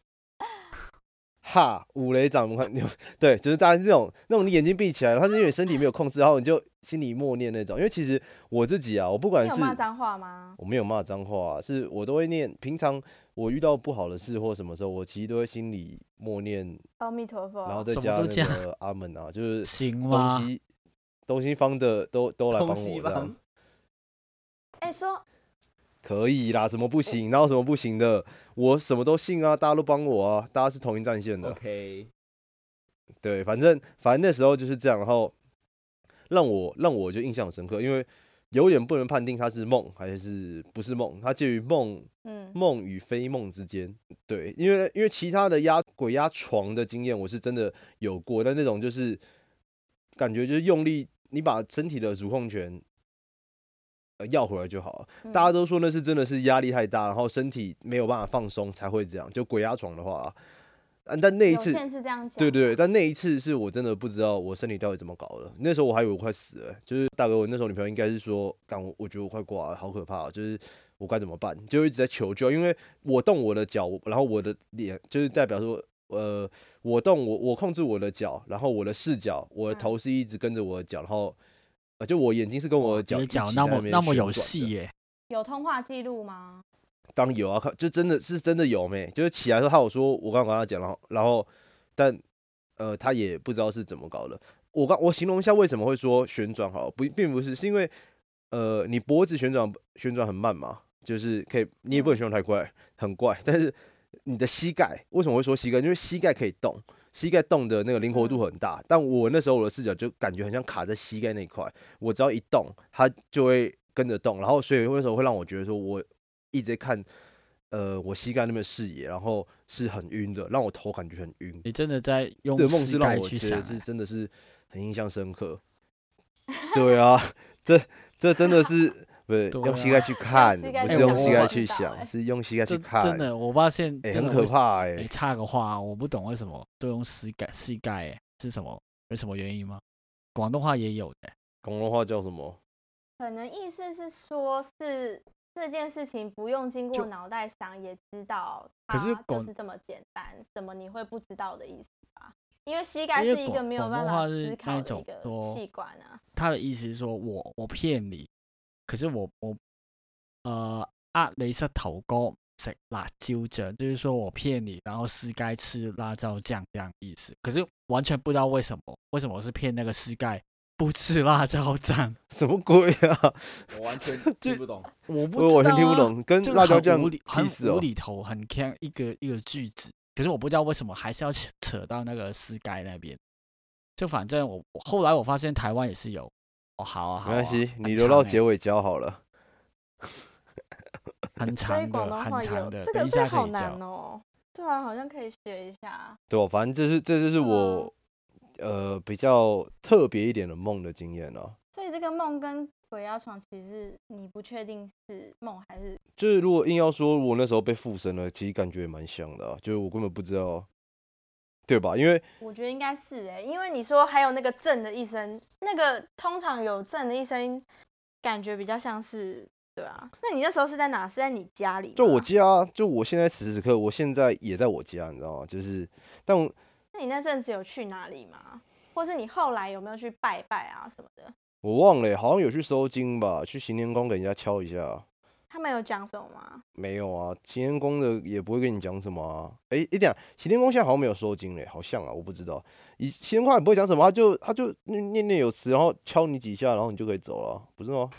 S4: 哈，五雷掌，我看你 *laughs* 对，就是大家那种那种你眼睛闭起来，然后是因为你身体没有控制，然后你就心里默念那种。因为其实我自己啊，我不管
S1: 你有
S4: 是
S1: 骂脏话吗？
S4: 我没有骂脏话、啊，是我都会念。平常我遇到不好的事或什么时候，我其实都会心里默念，
S1: 阿弥陀佛。
S4: 然后再
S2: 什么
S4: 加
S2: 都
S4: 那
S2: 这样
S4: 个阿门啊，就是
S2: 行
S4: 东
S2: 吗？
S4: 西东西方的都都来帮
S3: 东
S4: 我
S3: 西
S4: 这样
S3: 方。
S1: 哎、说
S4: 可以啦，什么不行，哪有什么不行的，我什么都信啊，大家都帮我啊，大家是同一战线的。
S3: OK，
S4: 对，反正反正那时候就是这样，然后让我让我就印象很深刻，因为有点不能判定它是梦还是不是梦，它介于梦
S1: 嗯，
S4: 梦与非梦之间。对，因为因为其他的压鬼压床的经验我是真的有过，但那种就是感觉就是用力，你把身体的主控权呃要回来就好了。大家
S1: 都
S4: 都说那是真的是压力太大，然后身体没有办法放松才会这样。就鬼压床的话啊，啊但那一次
S1: 有线是这样讲，
S4: 对对，对，但那一次是我真的不知道我身体到底怎么搞的。那时候我还以为我快死了，就是大哥，我那时候女朋友应该是说，干我我觉得我快挂了，好可怕、哦就是我该怎么办？就一直在求救，因为我动我的脚，然后我的脸，就是代表说，呃，我动我我控制我的脚，然后我的视角，我的
S1: 嗯
S4: 头是一直跟着我的脚，然后呃，就我眼睛是跟我的脚
S2: 哦你
S4: 一
S2: 的
S4: 起在
S2: 脚那么
S4: 边
S2: 那么
S4: 旋
S2: 有
S4: 转的
S2: 戏耶、
S1: 有通话记录吗？
S4: 当然有啊，看就真的是真的有没，就是起来的时候他有说，我刚刚跟他讲，然后然后但呃他也不知道是怎么搞的。我刚我形容一下为什么会说旋转好了，不并不是是因为呃你脖子旋转旋转很慢嘛，就是可以你也不能旋转太快，很怪，但是你的膝盖为什么会说膝盖？因为膝盖可以动，膝盖动的那个灵活度很大。但我那时候我的视角就感觉很像卡在膝盖那一块，我只要一动，它就会跟着动，然后所以那时候会让我觉得说我一直在看，呃，我膝盖那边的视野，然后是很晕的，让我头感觉很晕。
S2: 你真的在用
S4: 这个梦
S2: 膝
S4: 是让
S2: 盖
S4: 我
S2: 去
S4: 觉
S2: 想
S4: 得
S2: 欸、
S4: 是真的是很印象深刻。对啊，这这真的是
S2: *laughs*
S4: 不是
S2: 对
S4: 用膝
S2: 啊
S4: 盖去看，
S1: 膝盖
S4: 不
S2: 去
S4: 是用
S2: 想
S4: 膝
S2: 我
S4: 盖
S2: 不
S4: 去
S1: 知道欸
S4: 想，是用膝盖去
S2: 真
S4: 看，
S2: 真的，我发现
S4: 哎，
S2: 真
S4: 很
S2: 的
S4: 可
S2: 为。
S4: 怕
S2: 哎、
S4: 哎。
S2: 差个话，我不懂为什么都用膝盖膝盖、欸，是什么？有什么原因吗？广东话也有的、
S4: 广东话叫什么？ *laughs*
S1: 可能意思是说，是这件事情不用经
S2: 就
S1: 过脑袋想也知道，
S2: 可
S1: 就
S2: 是广
S1: 是这么简单，怎么你会不知道的意思吧？因为膝盖
S2: 因为
S1: 是一个
S2: 广
S1: 没有
S2: 广
S1: 办
S2: 东
S1: 法
S2: 话是
S1: 思
S2: 那
S1: 考
S2: 一
S1: 的
S2: 种
S1: 一个
S2: 说
S1: 器官啊，
S2: 他的意思是说我我骗你，可是我我呃呃你膝头哥唔食辣椒醬，就是说我骗你，然后膝盖吃辣椒酱这样意思。可是完全不知道为什么，为什么我是骗那个膝盖不吃辣椒酱？ *laughs*
S4: 什么鬼啊？
S3: 我完
S4: *laughs*
S3: 全听不懂。
S2: 我不知道、啊
S4: 我完全听不，懂，跟
S2: 就
S4: 辣椒
S2: 很
S4: 酱
S2: 无厘
S4: 屁事
S2: 很无
S4: 哦。
S2: 厘头，很坑一个一个句子。可是我不知道为什么还是要扯扯到那个膝盖那边。就反正我我后来我发现台湾也是有哦，好啊，好
S4: 没
S2: 啊
S4: 关系，你
S2: 很
S4: 留到
S2: 长欸
S4: 结尾教好了。
S2: 很
S1: 所以
S2: 长
S1: 广
S2: 的，
S1: 东
S2: 很
S1: 话也
S2: 长
S1: 有
S2: 的，
S1: 这
S2: 等
S1: 个，
S2: 一
S1: 这
S2: 下
S1: 个
S2: 可
S1: 好
S2: 以
S1: 难
S2: 教。
S1: 哦。对啊，好像可以学一下。
S4: 对哦，反正这是这就是
S1: 啊
S4: 我呃比较特别一点的梦的经验哦。
S1: 所以这个梦跟鬼压床，其实你不确定是梦还是
S4: 就是如果硬要说我那时候被附身了，其实感觉也蛮像的、啊，就是我根本不知道，对吧？因为
S1: 我觉得应该是哎、因为你说还有那个震的一声，那个通常有震的一声，感觉比较像是对啊。那你那时候是在哪？是在你家里？
S4: 就我。家，就我现在此时此刻，我现在也在我家，你知道吗？就是，但我
S1: 那你那阵子有去哪里吗？或是你后来有没有去拜拜啊什么的？
S4: 我忘了欸、好像有去收金吧，去行天宫给人家敲一下。
S1: 他们有讲什么吗？
S4: 没有啊，行天宫的也不会跟你讲什么啊。哎、一点，行天宫现在好像没有收金嘞，好像啊，我不知道。以行天宫也不会讲什么，他就他就念念有词，然后敲你几下，然后你就可以走了，啊不是吗？
S1: 哦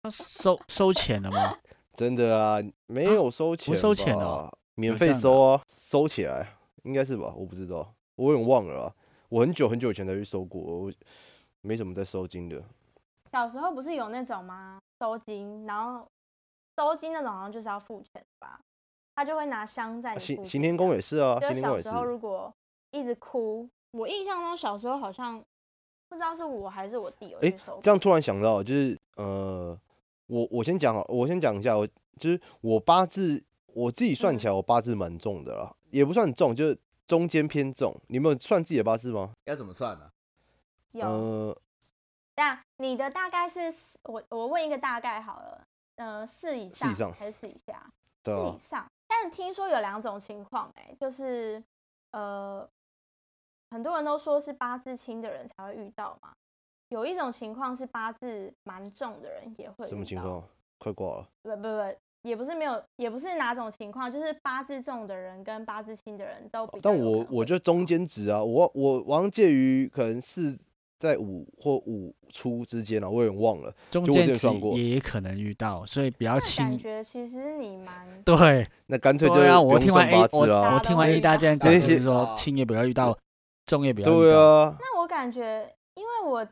S2: 他收收钱了
S4: *laughs*
S2: 吗？
S4: 真的啊，没有收钱、吧？
S2: 收钱哦
S4: 免
S2: 这
S4: 费
S2: 样的
S4: 收啊，收起来应该是吧？我不知道，我有点忘了啊，我很久很久以前才去收过，我没什么在收金的。
S1: 小时候不是有那种吗？收金，然后收金那种好像就是要付钱吧？他就会拿香在
S4: 啊
S1: 你
S4: 行
S1: 附
S4: 行
S1: 近
S4: 天宫
S1: 这样
S4: 也是啊，
S1: 就
S4: 行
S1: 是
S4: 天宫
S1: 小
S4: 也是
S1: 时。候如果一直哭，我印象中小时候好像不知道是我还是我弟有
S4: 诶
S1: 去收
S4: 这样突然想到，就是呃，我我先讲好，我先讲一下，我就是我八字，我自己算
S1: 嗯
S4: 起来，我八字蛮重的啦，也不算重，就是中间偏重。你们有算自己的八字吗？
S3: 要怎么算呢、
S1: 有。
S4: 呃，
S1: 那、你的大概是四我我问一个大概好了，呃，四以
S4: 四以上
S1: 还是四以下？
S4: 对
S1: 四
S4: 啊
S1: 以，上。但听说有两种情况，哎，就是呃，很多人都说是八字轻的人才会遇到嘛。有一种情况是八字蛮重的啊人也会
S4: 什么
S1: 遇
S4: 情
S1: 到
S4: 况？快挂了。
S1: 不不不，也不是没有，也不是哪种情况，就是八字重的人跟八字轻的人都比较
S4: 哦但
S1: 有可
S4: 我
S1: 能嗯
S4: 我
S1: 会
S4: 就
S1: 遇
S4: 中
S1: 到
S4: 间值啊，我我好像介于可能四在五或五初之间啊，我有点忘了。
S2: 中
S4: 就我
S2: 间
S4: 之前算过
S2: 也可能遇到，所以比较
S1: 那感
S2: 轻。
S1: 觉其实你蛮
S4: *laughs*
S2: 对，
S4: 那干脆就
S2: 对啊，
S4: 不
S2: 我
S4: 用
S2: 听完
S4: 算
S2: A，
S4: 八
S2: 我
S4: 字啊
S2: 我听完 A 大家讲
S4: 这
S2: 就
S4: 些
S2: 是说轻也不要遇到，重也不要遇到。
S4: 对啊，
S1: 那我感觉，因为我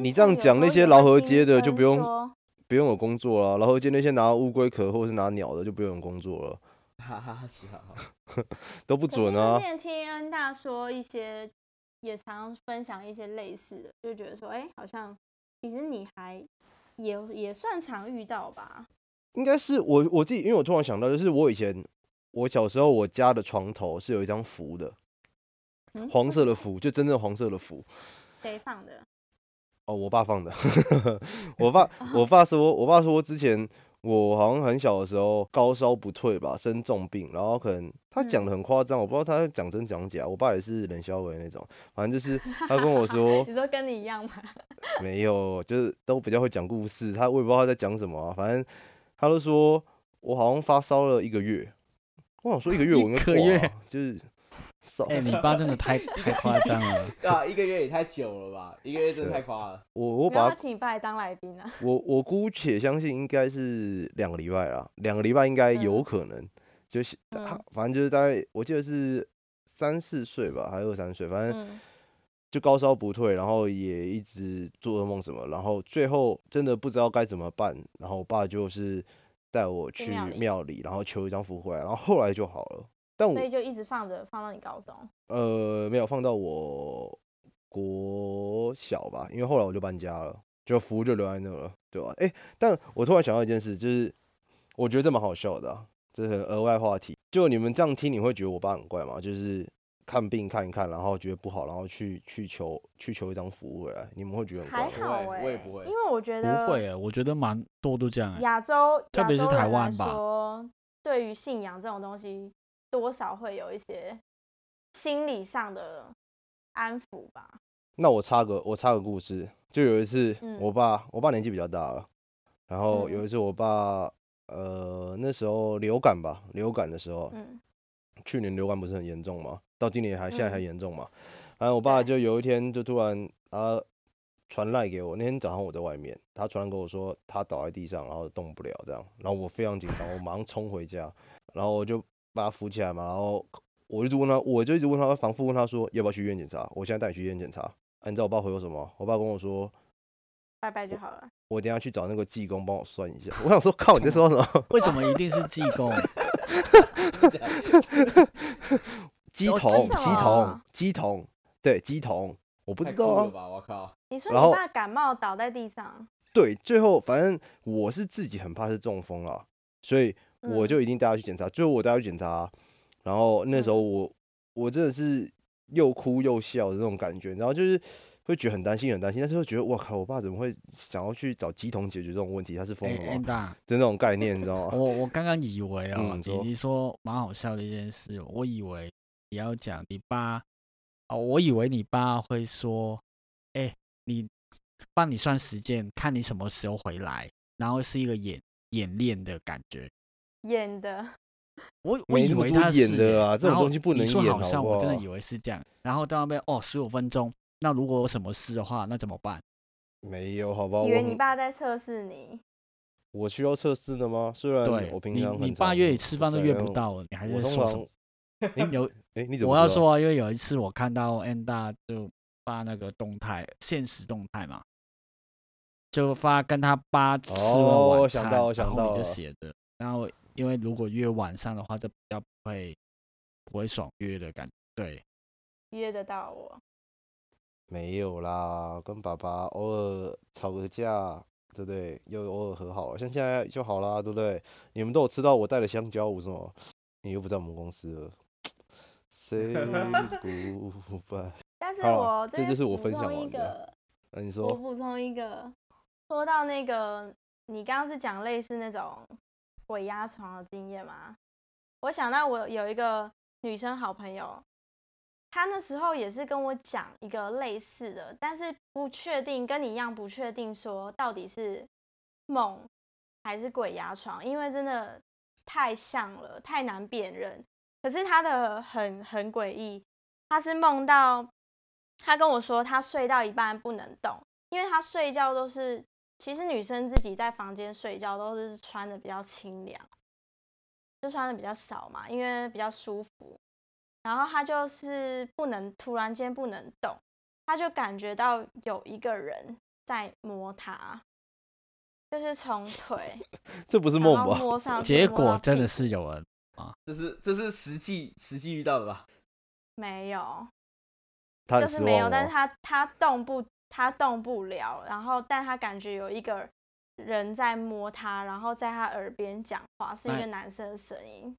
S4: 你这样讲那些劳
S1: 劳
S4: 合
S1: 合
S4: 街的就不用
S1: 说
S4: 不用有工作了。然后今天那些拿乌龟壳或是拿鸟的就不用有工作了，
S3: 哈哈哈，是哈哈。
S4: 都不
S1: 可是
S4: 准
S1: 我
S4: 啊
S1: 之。前听恩大说一些，也常分享一些类似的，就觉得说，哎、好像其实你还也也算常遇到吧。
S4: 应该是我我自己，因为我突然想到，就是我以前我小时候我家的床头是有一张符的，
S1: 嗯
S4: 黄色的符，就真正黄色的符。
S1: 谁放的？
S4: 哦，我爸放的。 *laughs*
S2: *laughs*
S4: 我爸，我爸说，我爸说之前我好像很小的时候高烧不退吧，生重病，然后可能他讲的
S2: 嗯
S4: 很夸张，我不知道他讲真讲假。我爸也是冷笑为那种，反正
S2: *laughs*
S4: 就是他跟我说
S1: 你说跟你一样吗？
S4: 没有，就是都比较会讲故事。他我也不知道他在讲什么啊、反正他都说我好像发烧了一个月。我想说一个月我应该
S2: 一个
S4: 挂
S2: 月
S4: 啊就是烧。
S2: 哎、你爸真的太太夸张了，
S3: 对啊，一个月也太久了吧？一个月真的太夸
S4: *laughs*
S3: 了。
S4: 我我
S1: 我
S4: 把它
S1: 请你爸来当来宾啊。
S4: 我我姑且相信应该是两个礼拜啦，两个礼拜应该有
S1: 嗯
S4: 可能，就是、
S1: 嗯
S4: 啊反正就是大概我记得是三四岁吧，还是二三岁，反正
S1: 嗯，
S4: 就高烧不退，然后也一直做噩梦什么，然后最后真的不知道该怎么办，然后我爸就是带我
S1: 去
S4: 去
S1: 庙里
S4: 庙里，然后求一张符回来，然后后来就好了，但我
S1: 所以就一直放着，放到你高中。
S4: 呃没有放到我国小吧，因为后来我就搬家了，就服务就留在那了，对吧、哎、但我突然想到一件事，就是我觉得这蛮好笑的、啊，这是额外话题。就你们这样听，你会觉得我爸很怪吗？就是看病看一看，然后觉得不好，然后去去求去求一张服回来，你们会觉得很怪
S1: 还
S4: 吗？
S1: 好
S3: 我
S1: 哎、
S3: 也我也不会
S1: 因为我觉得
S2: 不
S4: 啊
S2: 会、欸，我觉得蛮多都这样、欸。
S1: 亚洲，
S2: 特
S1: 亚
S2: 别是
S1: 洲
S2: 台
S1: 人来
S2: 湾吧
S1: 说对于信仰这种东西，多少会有一些心理上的安抚吧。
S4: 那我插个我插个故事，就有一次
S1: 嗯
S4: 我爸，我爸年纪比较大了，然后
S1: 嗯
S4: 有一次我爸，呃，那时候流感吧，流感的时候，
S1: 嗯，
S4: 去年流感不是很严重嘛，到今年还现在还
S1: 嗯
S4: 严重嘛。反正我爸
S1: 对
S4: 就有一天就突然他传赖给我，那天早上我在外面，他传给我说他倒在地上，然后动不了这样，然后我非常紧张，我马上冲回家，然后我就把他扶起来嘛，然后我一直问他，我就一直问他，反复问他说要不要去医院检查，我现在带你去医院检查。啊、你知道我爸回我什么？我爸跟我说。
S1: 拜拜就好了。
S4: 我等一下去找那个技工帮我算一下。我想说， *laughs* 靠，你在说什么？
S2: 为什么一定是济
S4: *laughs*
S2: 公？
S4: 鸡
S2: 哦
S4: 童，
S1: 鸡童
S4: 鸡童，
S1: 啊
S4: 鸡童，对，鸡童，我不
S3: 不
S4: 知道啊
S3: 了。吧？我靠！
S1: 你说
S4: 然后
S1: 你爸感冒倒在地上，
S4: 对，最后反正我是自己很怕是中风啦，所以
S1: 嗯
S4: 我就一定带他去检查。最后我带他去检查，啊然后那时候
S2: 嗯
S4: 我、我真的是又哭又笑的那种感觉，然后就是会觉得很担心很担心，但是又觉得我靠，我爸怎么会想要去找鸡童解决这种问题？他是疯
S2: 哎、
S4: 了
S2: 安
S4: 吗？
S2: 大，
S4: 的那种概念，你知道
S2: 我
S4: 吗？
S2: 我刚刚以为啊、
S4: 嗯你
S2: 你
S4: 说
S2: 你说蛮好笑的一件事，哦我以为你要讲你爸哦，我以为你爸会说，哎、你帮你算时间，看你什么时候回来，然后是一个演演练的感觉。
S1: 演的，
S2: 我我
S4: 没
S2: 以
S4: 那么
S2: 为
S4: 多
S2: 他是
S4: 演的
S2: 耶
S4: 啊这种
S2: 然后
S4: 东西不
S2: 你
S4: 能
S2: 说
S4: 演
S2: 好
S4: 好
S2: 像
S4: 不
S2: 我真的
S4: 好
S2: 以为是这样，然后到那边哦，十五分钟。那如果有什么事的话，那怎么办？
S4: *laughs* 没有，好吧？
S1: 以
S4: 哦我
S1: 为你
S4: 很
S1: 爸在测试你。
S4: 我需要测试的吗？虽然
S2: 对
S4: 我，平
S2: 你
S4: 常
S2: 你
S4: 很
S2: 爸
S4: 常
S2: 约你吃饭都
S4: 在
S2: 约
S4: 那
S2: 不
S4: 种，
S2: 到了，你还
S4: 我
S2: 在
S4: 通
S2: 说什么
S4: 常？哎
S2: 有
S4: 哎，你怎么
S2: 我要
S4: 知道
S2: 说啊，因为有一次我看到 N 大就发那个动态，现实动态嘛，就发跟他爸吃完
S4: 哦
S2: 晚
S4: 想
S2: 餐，
S4: 到我想
S2: 然后
S4: 到
S2: 你
S4: 了
S2: 就写的，然后因为如果约晚上的话，就比较不会不会爽约的感觉，对，
S1: 约得到我，
S4: 没有啦，跟爸爸偶尔吵个架，对不对？又偶尔和好，像现在就好啦，对不对？你们都有吃到我带的香蕉，我什么？你又不在我们公
S2: *laughs*
S4: 司了。Say goodbye。
S1: 但是
S4: 好啊
S1: 我
S4: 这
S1: 边
S4: 就是我
S1: 补
S4: 分享
S1: 充一
S4: 完的
S1: 个，
S4: 那你
S1: 我
S4: 说，
S1: 补充一个，说到那个，你刚刚是讲类似那种鬼压床的经验吗？我想到我有一个女生好朋友，她那时候也是跟我讲一个类似的，但是不确定，跟你一样不确定说到底是梦还是鬼压床，因为真的太像了，太难辨认。可是她的很很诡异，她是梦到他跟我说他睡到一半不能动，因为他睡觉都是，其实女生自己在房间睡觉都是穿的比较清凉，就穿的比较少嘛，因为比较舒服。然后他就是不能突然间不能动，他就感觉到有一个人在摸他，就是从腿
S4: 这不是
S1: 然
S4: 梦
S1: 后
S4: 吧？
S1: 摸上去，
S2: 结
S1: 摸到
S2: 果啊真
S1: 屁
S2: 的是有人，
S3: 这是这是实际实际遇到的吧？
S1: 没有，
S4: 他
S1: 就
S4: 很
S1: 是
S4: 失
S1: 没有，
S4: 望哦
S1: 但是
S4: 吗？
S1: 他他动不他动不了，然后但他感觉有一个人在摸他，然后在他耳边讲话，是一
S2: 哎
S1: 个男生的声音。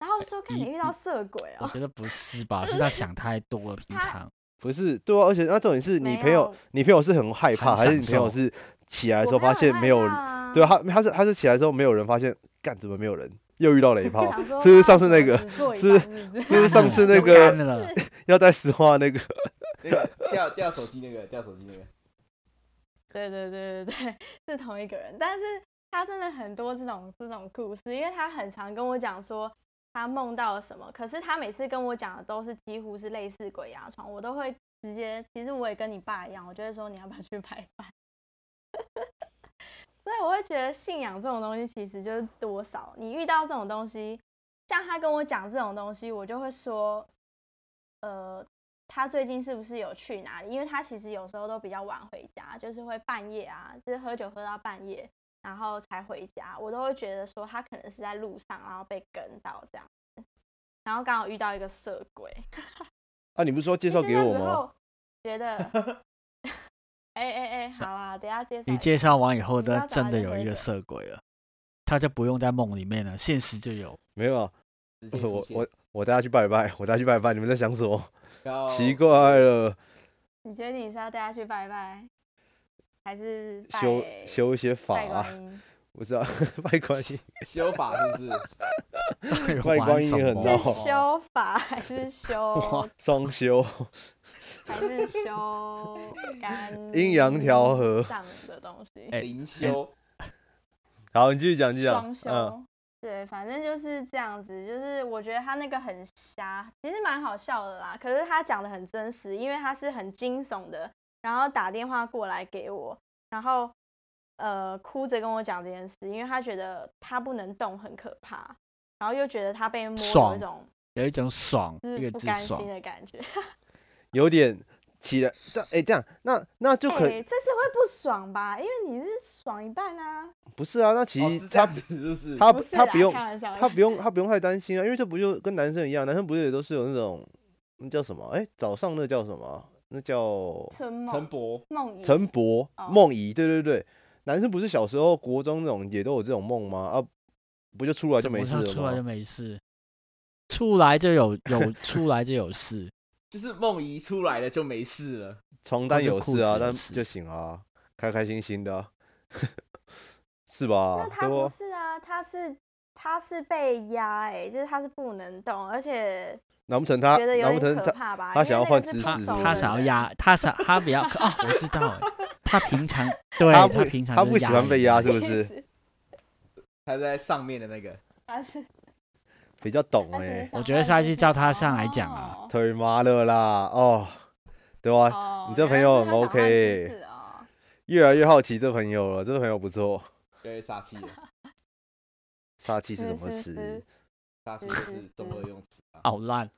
S1: 然后我
S4: 哎
S1: 说：“看你
S2: 一
S1: 遇到
S2: 一
S1: 色鬼
S2: 我
S1: 哦、
S2: 觉得不是吧？是他想太多了，平
S1: 他
S2: 常
S4: 不是，对啊，而且那重点是 *laughs*
S1: 没
S4: 你朋友
S1: 有，
S4: 你朋友是很害
S2: 很
S4: 怕，还是
S2: 享
S4: 你朋友
S2: 受
S4: 是起来的
S1: 我
S4: 时候
S1: 朋友
S4: 发现
S1: 很害
S4: 没有
S1: 怕
S4: 人？
S1: 啊
S4: 对啊，他他是他是起来之后没有人发现，干怎么没有人？又遇到雷炮， *laughs*
S1: 想说
S4: 是不是
S1: 他
S4: 上次
S1: 怎么
S4: 那个
S1: 只做一
S4: 是
S1: 半日子
S4: 是不
S1: *laughs*
S4: 是上次那
S2: 又
S4: 个
S2: 干了，
S4: 要带石化那个，
S3: 那
S4: *laughs*
S3: 个掉掉手机那个掉手机那个，
S1: 对对对对 *laughs* 对，是同一个人，但是他真的很多这种这种故事，因为他很常跟我讲说他梦到了什么，可是他每次跟我讲的都是几乎是类似鬼压床，我都会直接，其实我也跟你爸一样，我就会说你要不要去拜拜， *laughs* 所以我会觉得信仰这种东西其实就是多少，你遇到这种东西，像他跟我讲这种东西，我就会说，呃，他最近是不是有去哪里？因为他其实有时候都比较晚回家，就是会半夜啊，就是喝酒喝到半夜，然后才回家。我都会觉得说他可能是在路上，然后被跟到这样子，然后刚好遇到一个色鬼。
S4: 啊，你不是说介绍给我
S1: 其实那时
S4: 吗？
S1: 候觉得，哎哎哎，好啊，等一下介绍
S2: 你
S1: 一下。
S2: 介绍完以后，
S1: 你知道
S2: 他
S1: 早
S2: 真
S1: 上
S2: 的
S1: 就
S2: 有
S1: 回
S2: 一个
S1: 诊
S2: 色鬼了，他就不用在梦里面了，现实
S1: *laughs*
S2: 就有。 *laughs*
S4: 没有啊，
S3: 直接
S4: 我
S3: 出现
S4: 我我带他去拜拜，我带他去拜拜，你们在想什么？
S3: 靠
S1: 哦
S4: *laughs* 奇怪了，
S1: 你觉得你是要带他去拜拜，还是拜
S4: 修修一些法
S1: 拜
S4: 啊
S1: 观，音？
S4: 不是啊， *laughs* 拜
S1: *laughs*
S4: 观音，
S3: 修法是
S4: *laughs*
S3: 不是？
S2: 到底
S4: 外
S2: 玩
S4: 观
S2: 什
S4: 也很
S2: 么
S4: 糟
S1: 是
S4: 哦
S1: 修法还是
S4: *laughs*
S1: 修
S4: 双修，
S1: 还是修肝
S4: 阴阳调和
S1: 上的东西，
S2: 哎
S3: 灵修
S4: 好，你继续讲，继续
S1: 双
S4: 讲，
S1: 修。
S4: 嗯，
S1: 对，反正就是这样子，就是我觉得他那个很瞎，其实蛮好笑的啦。可是他讲的很真实，因为他是很惊悚的，然后打电话过来给我，然后呃哭着跟我讲这件事，因为他觉得他不能动很可怕，然后又觉得他被摸有
S2: 爽
S1: 一种
S2: 有一种爽，
S1: 就
S2: 一
S1: 是
S2: 个
S1: 不
S2: 字
S1: 甘
S2: 爽
S4: *laughs*
S1: 心。的感觉。
S4: 有点起来，这样哎，这样，那那就
S1: 哎、
S4: 可
S1: 这是会不爽吧？因为你是爽一半啊，
S4: 不是啊，那其
S3: 哦
S4: 实
S3: 是这样
S4: 他
S3: 子是不是？
S4: 他
S1: 不是
S4: 他
S1: 啦
S4: 啊不用
S1: 开玩笑的，
S4: 他不用他不用太担心啊，因为这不就跟男生一样，男生不是也都是有那种那叫什么？哎，早上那叫什么啊？那叫
S1: 春
S3: 陈
S1: 梦
S3: 博
S1: 梦遗
S4: 陈博
S1: 哦
S4: 梦遗，对对对，男生不是小时候国中那种也都有这种梦吗？啊，不就出来就
S2: 怎
S4: 没
S2: 么
S4: 事
S2: 说
S4: 了
S2: 出来就
S4: 吗？
S2: 没事，出来就有
S4: *laughs*
S2: 有出来就有事，
S3: 就是梦遗出来了就没事了，
S4: 床单
S2: 或者
S4: 有
S2: 裤
S4: 事啊，
S2: 子有
S4: 但
S2: 事
S4: 就行啊，开开心心的啊、 *laughs* 是吧
S1: 那？他
S4: 对
S1: 不
S4: 不？
S1: 是啊，他是他是被压哎、就是他是不能动，而且
S4: 难不成他
S1: 觉得
S4: 啊难
S1: 有
S4: 不成
S1: 点可
S4: 他
S1: 怕吧？
S4: 他
S1: 因为
S4: 想要
S1: 那个
S4: 换
S1: 是
S4: 姿
S1: 不
S2: 他
S4: 势是
S1: 熟
S4: 不
S2: 他
S1: 的
S2: 想要
S1: 人，
S2: 压，他想他比较啊，我知道了，他平常对
S4: *laughs* 他不
S2: 平常
S4: 他
S2: 就
S4: 不喜欢
S2: 人
S4: 被
S2: 的
S4: 压是不是？
S1: 是？
S3: 他在上面的那个
S1: 他是
S4: 比较懂
S1: 他只
S4: 哎、
S1: 是想
S2: 我觉
S1: 换
S2: 得下一
S1: 姿
S2: 次
S1: 势
S2: 叫他上来讲啊。
S1: 哦
S4: 腿麻了啦哦，对吧、
S1: 哦
S4: 啊你这
S1: 原
S4: 朋
S1: 来是
S4: 友很
S1: 他想换
S4: OK
S1: 姿势哦
S4: 越来越好奇这朋友了，这朋友不错，
S3: 就会杀气了， *laughs*
S4: 煞气是什么
S1: 是是
S4: 词
S1: 是？
S3: 杀气就是综合用词啊。
S2: 好烂，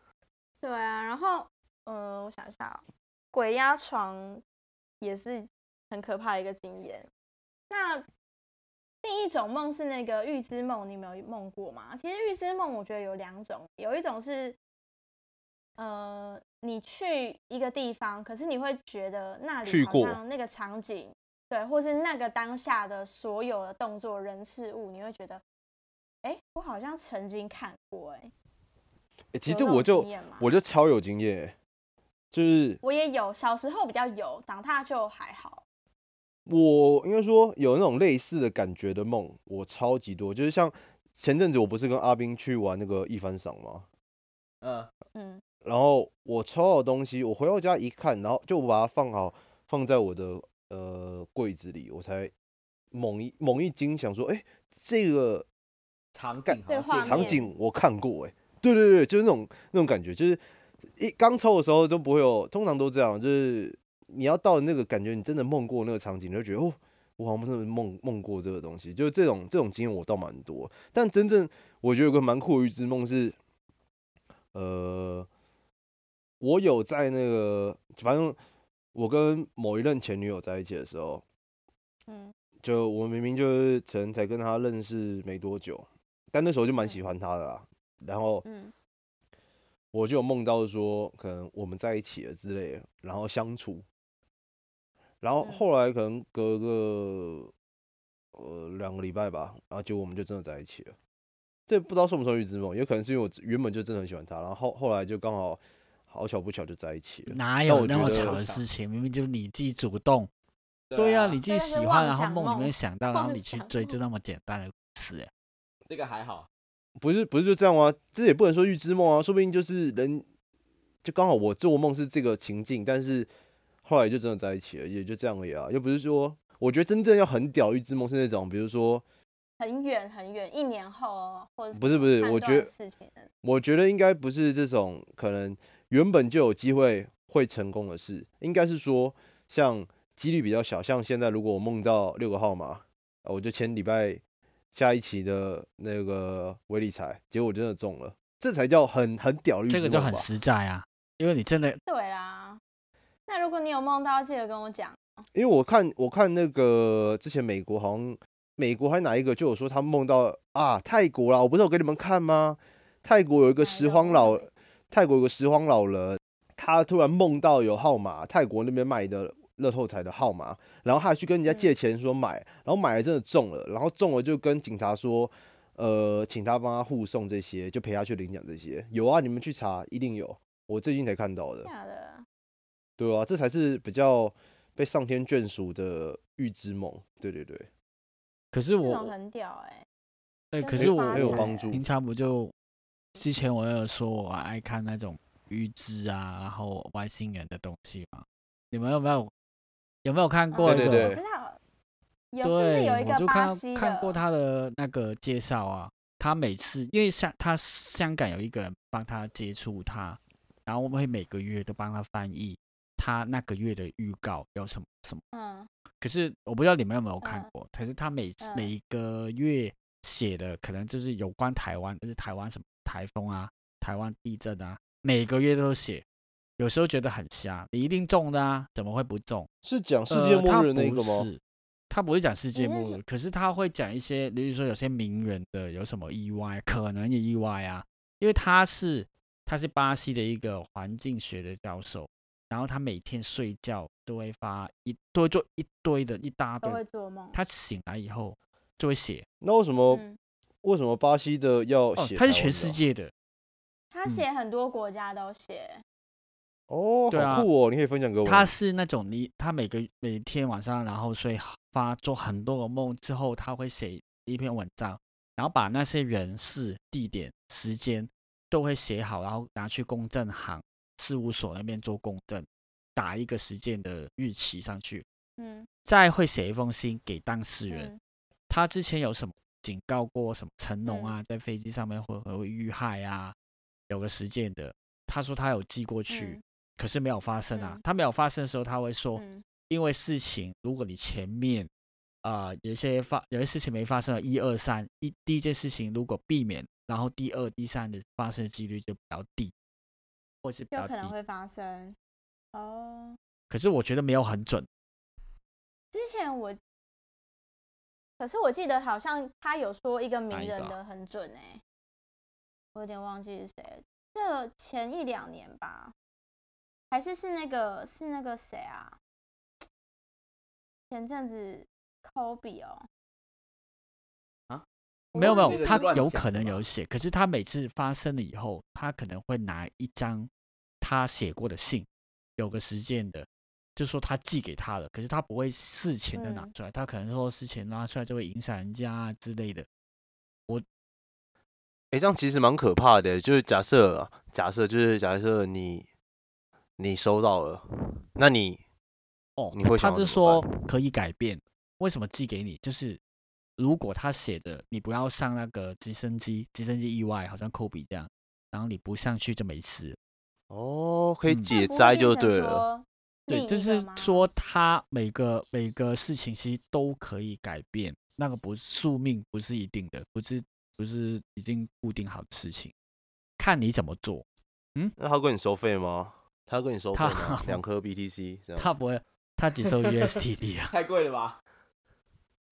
S1: 对啊，然后呃，我想一下、哦，鬼压床也是很可怕的一个经验。那另一种梦是那个预知梦，你们有梦过吗？其实预知梦我觉得有两种，有一种是呃，你去一个地方，可是你会觉得那
S4: 去
S1: 里好
S4: 过
S1: 像那个场景，对，或是那个当下的所有的动作、人、事物，你会觉得，哎，我好像曾经看过、诶哎，
S4: 欸其
S1: 有
S4: 实
S1: 这种
S4: 我就
S1: 经验吗
S4: 我就超有经验欸，就是
S1: 我也有，小时候比较有，长大就还好。
S4: 我应该说有那种类似的感觉的梦，我超级多。就是像前阵子我不是跟阿斌去玩那个一番赏吗？
S3: 嗯，
S1: 嗯，
S4: 然后我抽到的东西，我回到家一看，然后就把它放好，放在我的呃柜子里，我才猛一猛一惊，想说，哎、这个
S3: 场景好
S1: 这个
S3: 像
S1: 画
S3: 见
S4: 场
S1: 面
S4: 景我看过、欸，哎，对对对，就是那种那种感觉，就是一刚抽的时候都不会有，通常都这样，就是你要到那个感觉，你真的梦过那个场景，你就觉得哦，我好像真的梦梦过这个东西，就是这种这种经验我倒蛮多。但真正我觉得有个蛮酷的预知梦是，呃，我有在那个，反正我跟某一任前女友在一起的时候，
S1: 嗯，
S4: 就我明明就是可能才跟她认识没多久，但那时候就蛮喜欢她的啦。然后
S1: 嗯
S4: 我就有梦到说，可能我们在一起了之类的，然后相处，然后
S1: 嗯
S4: 后来可能隔个呃两个礼拜吧，然后结果我们就真的在一起了。这不知道算不算预知梦，也可能是因为我原本就真的很喜欢他，然后后后来就刚好好巧不巧就在一起了。
S2: 哪
S4: 但
S2: 有
S4: 我
S2: 那
S4: 觉
S2: 么
S4: 得
S2: 巧的事情？明明就是你自己主动，对
S3: 呀、
S2: 啊，你自
S1: 真
S2: 己
S1: 的是
S2: 喜欢，
S1: 妄
S2: 然后
S1: 想
S2: 梦里
S1: 梦
S2: 面想到，然后
S1: 妄
S2: 你去
S1: 想
S2: 追，
S1: 梦
S2: 就那么简单的故事、欸。
S3: 这个还好，
S4: 不是不是就这样啊，这也不能说预知梦啊，说不定就是人就刚好我做梦是这个情境，但是后来就真的在一起了，也就这样而已啊，又不是说我觉得真正要很屌预知梦是那种，比如说
S1: 很远很远，一年后哦，或者什
S4: 不是
S1: 么
S4: 不是
S1: 判
S4: 我
S1: 断
S4: 觉得
S1: 事情的
S4: 我觉得应该不是这种可能原本就有机会会成功的事，应该是说像几率比较小，像现在如果我梦到六个号码，呃我就前礼拜下一期的那个微理财，结果真的中了，这才叫很很屌的预
S2: 这个
S4: 知
S2: 就
S4: 梦
S2: 很
S4: 吧
S2: 实在啊，因为你真的
S1: 对啦。那如果你有梦到，记得跟我讲。
S4: 因为我看我看那个之前美国好像美国还哪一个就有说他梦到啊泰国啦，我不是有给你们看吗？泰国有一个
S1: 哪一
S4: 拾
S1: 个
S4: 荒
S1: 我
S4: 老
S1: 忘了，
S4: 泰国有个拾荒老人，他突然梦到有号码，泰国那边卖的乐透彩的号码，然后他还去跟人家
S1: 嗯
S4: 借钱说买，然后买了真的中了，然后中了就跟警察说，呃，请他帮他护送这些，就陪他去领奖这些。有啊，你们去查一定有，我最近才看到的。
S1: 假的，
S4: 对啊，这才是比较被上天眷属的预知梦。对对对，
S2: 可是
S1: 这
S2: 我
S1: 种很屌哎、
S2: 哎、
S1: 真
S2: 可
S1: 的发欸
S2: 是我
S1: 财
S4: 很有
S2: 我
S4: 帮助
S2: 平。常不就之前我有说我爱看那种预知啊，然后外星人的东西嘛？你们有没有有没有看过一
S4: 对
S2: 个？
S4: 对
S1: 嗯我知道，有是不是有一
S2: 我
S1: 个
S2: 就
S1: 巴
S2: 看
S1: 西的？
S2: 看过他的那个介绍啊，他每次因为香他香港有一个人帮他接触他，然后我们会每个月都帮他翻译他那个月的预告有什么什么。
S1: 嗯
S2: 可是我不知道你们有没有看
S1: 嗯
S2: 过，可是他每次每
S1: 嗯
S2: 一个月写的可能就是有关台湾，就是台湾什么台风啊、台湾地震啊，每个月都写。有时候觉得很瞎，你一定中的啊，怎么会不中？
S4: 是讲哦世界末日的那
S2: 呃他不
S4: 个吗？
S2: 是他不会讲世界
S1: 你是
S2: 末日，可是他会讲一些，例如说有些名人的有什么意外，可能有意外啊，因为他是他是巴西的一个环境学的教授，然后他每天睡觉都会发一都会做一堆的一大
S1: 都会
S2: 堆，
S1: 做梦。
S2: 他醒来以后就会写，
S4: 那为什么、
S1: 嗯，
S4: 为什么巴西的啊要
S2: 哦
S4: 写、，
S2: 他是全世。界的，
S1: 他
S2: 嗯
S1: 写很多国家都写，
S4: 哦，
S2: 对啊
S4: 好酷哦！你可以分享给我。
S2: 他是那种你他每个每天晚上，然后睡发做很多个梦之后，他会写一篇文章，然后把那些人事、地点、时间都会写好，然后拿去公证行事务所那边做公证，打一个时间的日期上去，
S1: 嗯，
S2: 再会写一封信给当事人。
S1: 嗯
S2: 他之前有什么警告过什么成龙
S1: 嗯
S2: 啊，在飞机上面会会遇害啊，有个实践的，他说他有寄过去，
S1: 嗯
S2: 可是没有发生啊。
S1: 嗯
S2: 他没有发生的时候，他会说，
S4: 哦
S1: 嗯
S2: 因为事情，如果你前面啊、呃有一些发有些事情没发生的，一二三一第一件事情如果避免，然后第二、第三的发生的几率就比较低，或是比
S1: 有
S2: 较低
S1: 可。能会发生。哦，
S2: 可是我觉得没有很准，
S1: 之前我，可是我记得好像他有说一个名
S2: 哪一个
S1: 人
S2: 啊
S1: 的很准哎、我有点忘记是谁了，这前一两年吧，还是是那个是那个谁啊？前阵子科比哦，
S3: 啊
S1: 我
S2: 没有没
S1: 忘
S2: 有
S1: 记，
S2: 他
S1: 是
S3: 乱
S2: 有
S3: 讲
S2: 可
S3: 的
S2: 能
S3: 吧
S2: 有写，可是他每次发生了以后，他可能会拿一张他写过的信，有个时间的，就说他寄给他了，可是他不会事前的拿
S1: 嗯
S2: 出来，他可能说事前拿出来就会影响人家啊之类的。
S4: 哎、这样其实蛮可怕的。就是假设啊，假设就是假设你你收到了，那你
S2: 哦，
S4: 你会
S2: 他
S4: 想要
S2: 就
S4: 怎么
S2: 说可以改变，为什么寄给你？就是如果他写的你不要上那个直升机，直升机意外好像科比这样，然后你不上去就没事了，
S4: 哦，可以
S2: 嗯
S1: 会也
S4: 解摘就对了。
S1: 了。
S2: 对，就是说他每个每个事情其实都可以改变，那个不是宿命，不是一定的，不是不是已经固定好的事情，看你怎么做。
S4: 那他跟你收费吗？他跟你收费
S2: 他 *laughs*
S4: 吗？两颗 BTC 这样。
S2: 他不会，他只收 USDT 啊，
S3: 太贵了吧？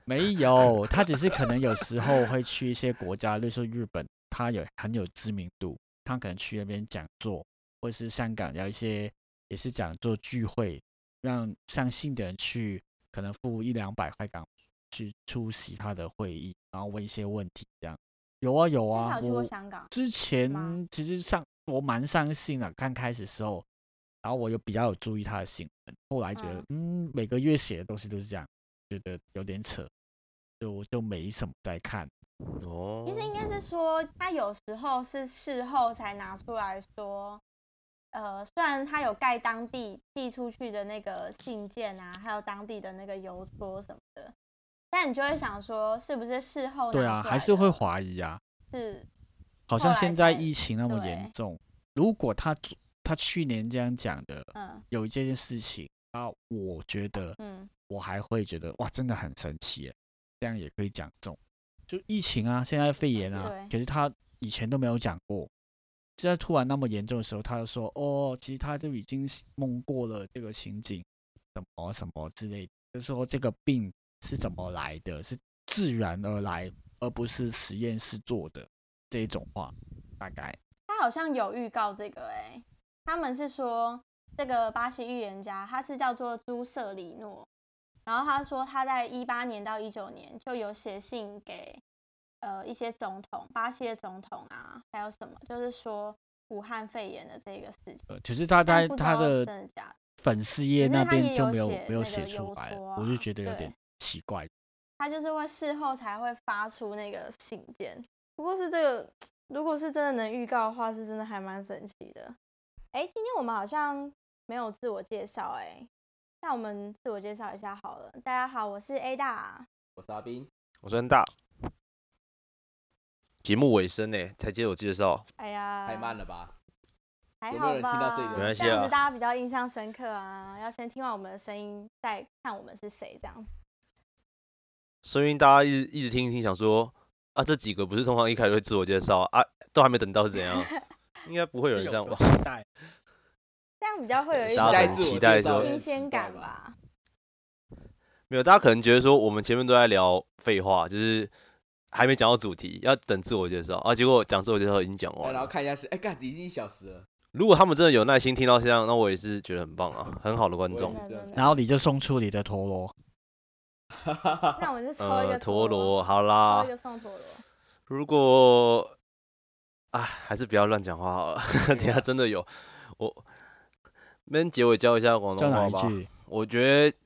S2: 没有，他只是可能有时候会去一些国家，例如说日本，他有很有知名度，他可能去那边讲座，或是香港有一些也是讲座聚会，让相信的人去，可能付一两百块港去出席他的会议，然后问一些问题，这样有啊有
S1: 他
S2: 啊，
S1: 有去过
S2: 我
S1: 香港，
S2: 之
S1: 吗
S2: 前其实上我蛮相信的，刚开始的时候，然后我有比较有注意他的新闻，后来觉得嗯每个月写的东西都是这样，觉得有点扯，就就没什么在看。
S4: 哦，
S1: 其实应该是说他有时候是事后才拿出来说。呃，虽然他有盖当地寄出去的那个信件啊，还有当地的那个邮戳什么的，但你就会想说，是不是事后拿
S2: 对啊，
S1: 出
S2: 还
S1: 来
S2: 是会
S1: 的
S2: 怀疑啊。
S1: 是
S2: 好
S1: 后
S2: 像
S1: 来
S2: 现在
S1: 才
S2: 疫情那么严
S1: 对
S2: 重，如果他他去年这样讲的
S1: 嗯
S2: 有这件事情啊，我觉得
S1: 嗯
S2: 我还会觉得哇，真的很神奇耶，这样也可以讲中。就疫情啊，现在肺炎啊
S1: 对，
S2: 可是他以前都没有讲过，现在突然那么严重的时候，他就说哦，其实他就已经梦过了这个情景，什么什么之类的，就说这个病是怎么来的，是自然而来，而不是实验室做的这一种话，大概
S1: 他好像有预告这个哎、他们是说这个巴西预言家他是叫做朱瑟里诺，然后他说他在一八年到一九年就有写信给呃一些总统，巴西的总统啊，还有什么就是说武汉肺炎的这个事情，
S2: 呃，只是他在
S1: 但不知
S2: 他
S1: 道
S2: 的
S1: 真的假的，
S2: 粉丝页
S1: 可是
S2: 那
S1: 他
S2: 边
S1: 也
S2: 就
S1: 有
S2: 没有
S1: 写
S2: 没有
S1: 那
S2: 写
S1: 个
S2: 出
S1: 邮
S2: 来了，
S1: 戳
S2: 我就
S1: 啊
S2: 觉得有
S1: 对
S2: 点奇怪。
S1: 他就是会事后才会发出那个信件。不过是这个，如果是真的能预告的话，是真的还蛮神奇的。哎、今天我们好像没有自我介绍哎、那我们自我介绍一下好了。大家好，我是 A 大，
S3: 我是阿斌，
S4: 我是很大。节目尾声欸呢，才接我介绍，
S1: 哎呀，
S3: 太慢了吧？
S1: 还
S3: 有没有
S1: 好
S3: 人
S1: 吧？
S3: 听到这里的
S4: 没关系
S1: 这样
S4: 啊
S1: 子大家比较印象深刻啊。要先听完我们的声音，再看我们是谁这样子。
S4: 所以大家一直一直听一听，想说啊，这几个不是通常一开始会自我介绍啊，都还没等到是怎样？应该不会有人这样吧？
S2: 期待，
S1: 这样比较会有一
S4: 大家
S1: 种
S4: 很期待说
S1: 新鲜感吧？
S4: 没有，大家可能觉得说我们前面都在聊废话，就是还没讲到主题，要等自我介绍啊。结果讲自我介绍已经讲
S3: 对
S4: 完
S3: 然后
S4: 了。
S3: 看一下是，哎，干，已经一小时了，
S4: 如果他们真的有耐心听到这样，那我也是觉得很棒啊，很好的观
S3: 懂
S4: 众
S1: 真。的真的
S2: 然后你就送出你的陀螺，
S1: 那我们就抽一
S4: 呃，
S1: 个
S4: 陀螺，啊好
S1: 抽
S4: 啦
S1: 一，个送陀螺。
S4: 如果啊，还是不要乱讲话好了， *laughs* 等
S2: 啊
S4: 一下真的有我。那结尾教一下广
S2: 叫
S4: 东
S2: 哪
S4: 话
S2: 一
S4: 吧，
S2: 句？
S4: 我觉得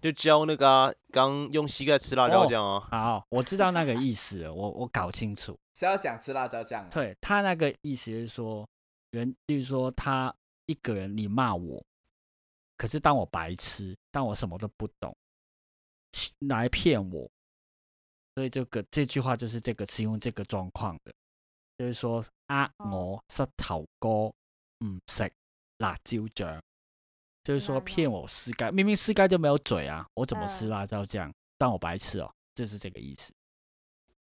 S4: 就教那个啊，刚用膝盖吃
S2: 哦
S4: 辣椒酱啊，
S2: 好，我知道那个意思了，我我搞清楚。
S3: 是要讲吃辣椒酱啊？
S2: 对他那个意思是说，人，例如说他一个人，你骂我，可是当我白痴，当我什么都不懂，欺来骗我，所以这个这句话就是这个形容这个状况的，就是说呃我膝头哥唔食辣椒酱，就是说
S1: 难哦
S2: 骗我膝盖，明明膝盖就没有嘴啊，我怎么吃
S1: 嗯
S2: 辣椒酱？当我白痴哦，就是这个意思。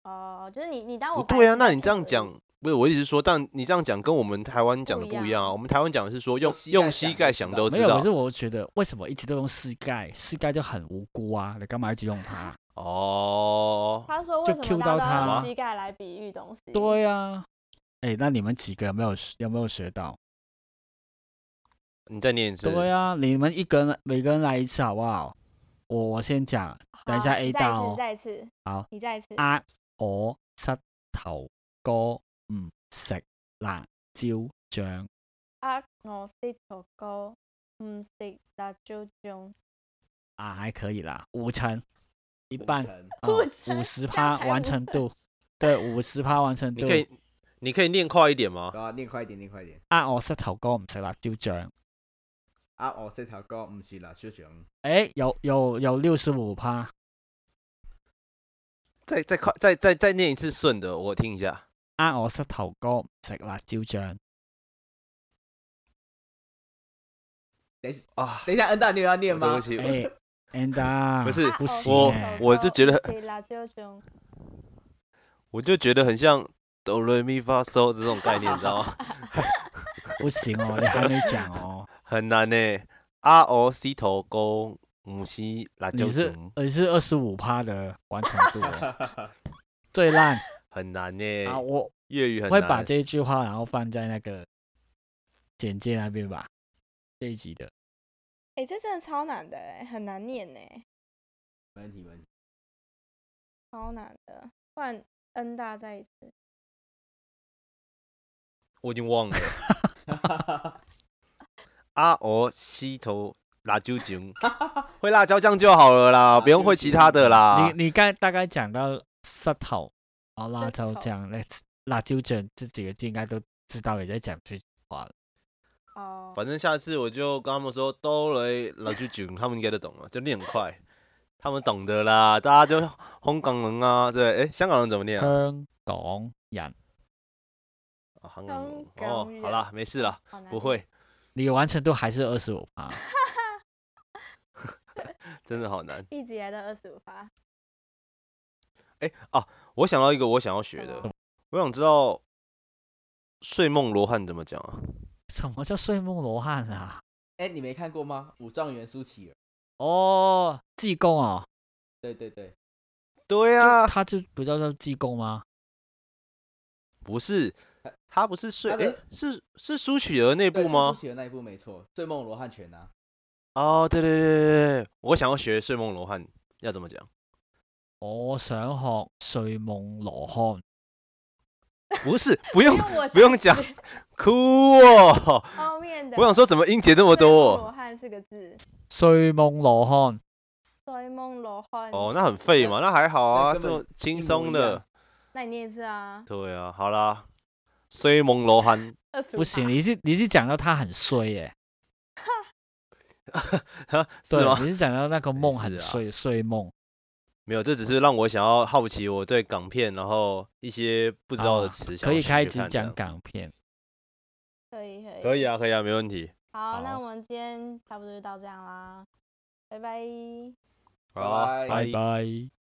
S1: 哦，就是你你当我
S4: 不
S1: 白
S4: 对啊，
S1: 痴
S4: 那
S1: 在
S4: 你这样
S1: 的意
S4: 讲
S1: 思，
S4: 不是我一直说，但你这样讲跟我们台湾讲的
S1: 不一
S4: 不一
S1: 样
S4: 样啊。我们台湾讲的是说用
S3: 膝盖
S4: 用膝盖想
S3: 想
S4: 都
S3: 都
S2: 没
S4: 知
S2: 有，可
S4: 道
S2: 是我觉得为什么一直都用膝盖？膝盖就很无辜啊，你干嘛一直用它？
S4: 哦。
S1: 他说为
S2: 就
S1: 什
S2: cue
S1: 么大
S2: 到
S1: 家
S2: 他
S1: 都
S4: 吗
S1: 用膝盖来比喻东西？
S2: 对啊，哎、那你们几个有没有有没有学到？
S4: 你再念一次，
S2: 对啊，你们一个人每个人来一次好不好？我我先讲，
S1: 好，
S2: 等一下
S1: 你再一
S2: A 大
S1: 次
S2: 哦
S1: 你再一次，你再
S2: 好，
S1: 一次。
S2: 啊，我膝頭哥唔食辣椒醬，
S1: 啊，我是头高，唔食辣椒酱。
S2: 啊，还可以啦，五成，一
S3: 五
S2: 半，哦
S3: 成
S2: 五十
S1: 这样
S2: 趴
S1: 才
S2: 完
S1: 五
S2: 成
S1: 成
S2: 度，对，五十趴完成
S4: 你
S2: 度
S4: 可。以你可以念快一点吗？
S3: 对啊，念快一点，念快一点。
S2: 啊，我膝頭哥唔食辣椒醬。
S3: 啊，我这条歌唔是辣椒酱，
S2: 哎，有有有六十五趴，
S4: 再再快再再再念一次顺的，我听一下。
S2: 呃我膝頭哥唔食辣椒醬。
S3: 等一下
S4: 啊，
S3: 等一下，恩大，你有要
S4: 对
S3: 念吗
S4: 不？起，
S2: 哎、a n d 啊，
S4: *laughs* 不是
S1: 哦
S2: 不行
S4: 我
S2: 欸
S4: 我就觉得
S1: 得，
S4: 我就觉得很像哆来咪发嗦这种概念，你知道 *laughs* 吗？
S2: 不行哦，你还没讲哦，
S4: 很难呢。R O C 头勾母西辣椒
S2: 你是
S4: 熊，
S2: 你是二十五趴的完成度哦、最
S4: *laughs*
S2: 烂
S4: 很难呢。
S2: 啊！我
S4: 粤语很
S2: 会把
S4: 难。
S2: 这一句话然后放在那个简介那边吧，这一集的。
S1: 哎、这真的超难的哎、很难念哎、
S3: *laughs* 没问题，没问题。
S1: 超难的。换 N 大再一次，
S4: 我已经忘了。R O C 头辣椒熊，会辣椒酱就好
S3: *laughs*
S4: 了啦，不用会其他的啦。
S2: 你你刚才大概讲到舌头，然后辣
S1: 舌
S2: 椒
S1: 头
S2: 酱、那辣椒卷这几个字应该都知道也在讲这句话了。
S1: 哦，
S4: 反正下次我就跟他们说哆来辣椒酱，他们应该都懂了，就念很快，他们懂的啦。大家就香港人啊，对，哎、香港人怎么念啊？
S2: 香港人，
S3: 呃
S4: 啊香港人
S1: 香港
S4: 哦
S1: 人，
S4: 好啦，没事啦，
S1: 好难
S4: 不会，
S2: 你完成度还是二十五趴。
S4: 真的好难。
S1: *laughs* 念，一直以来都二十五发。
S4: 哎、啊，我想到一个我想要学
S1: 什
S4: 的
S1: 么，
S4: 我想知道睡梦罗汉怎么讲啊？
S2: 什么叫睡梦罗汉啊？
S3: 哎，你没看过吗？武状元苏乞儿，
S2: 哦，济公
S4: 啊
S2: 哦，
S3: 对对对，
S4: 对
S2: 就
S4: 啊，
S2: 他就不叫做济公吗？
S4: 不是
S3: 他，
S4: 他不是睡，
S3: 他
S4: 哎、
S3: 的
S4: 是是苏乞儿那
S3: 对
S4: 部
S3: 是
S4: 吗
S3: 苏？乞儿那一部没错，《醉梦罗汉拳》啊。
S4: 哦，对对对对对，我想要学睡梦罗汉要怎么讲？
S2: 我哦想学睡梦罗汉，
S4: 不是，不用
S1: 因为我
S4: 不用
S1: 想
S4: 讲
S1: 学
S4: 哭哦！
S1: *laughs* 后面的。
S4: 我想说，怎么音节那
S1: 罗
S4: 么多？哦
S1: 汉是个字，
S2: 睡梦罗汉，
S1: 追梦罗汉。
S4: 哦，那很废嘛，那还好啊，
S3: 那根本
S4: 就轻
S3: 一模
S4: 松
S3: 一
S4: 的
S3: 样。
S1: 那你念一次啊，
S4: 对啊，好啦，睡梦罗汉，
S1: 二十五。
S2: 不行，，你是你是讲到他很衰耶、
S4: 哈是
S2: 对，
S4: 吗？
S2: 你是讲到那个梦
S4: 是
S2: 很
S4: 啊
S2: 睡、睡梦，
S4: 没有，这只是让我想要好奇我对港片，然后一些不知道的
S2: 啊
S4: 词、想
S2: 可
S4: 要
S2: 以
S4: 学
S2: 开
S4: 学
S2: 始
S4: 看这
S2: 讲
S4: 样。
S2: 港片。
S1: 可以可以
S4: 可以。啊，可以啊，没问题。
S1: 好，那
S2: 好
S1: 我们今天差不多就到这样啦，拜拜。
S4: 好啊，
S3: 拜
S2: 拜拜。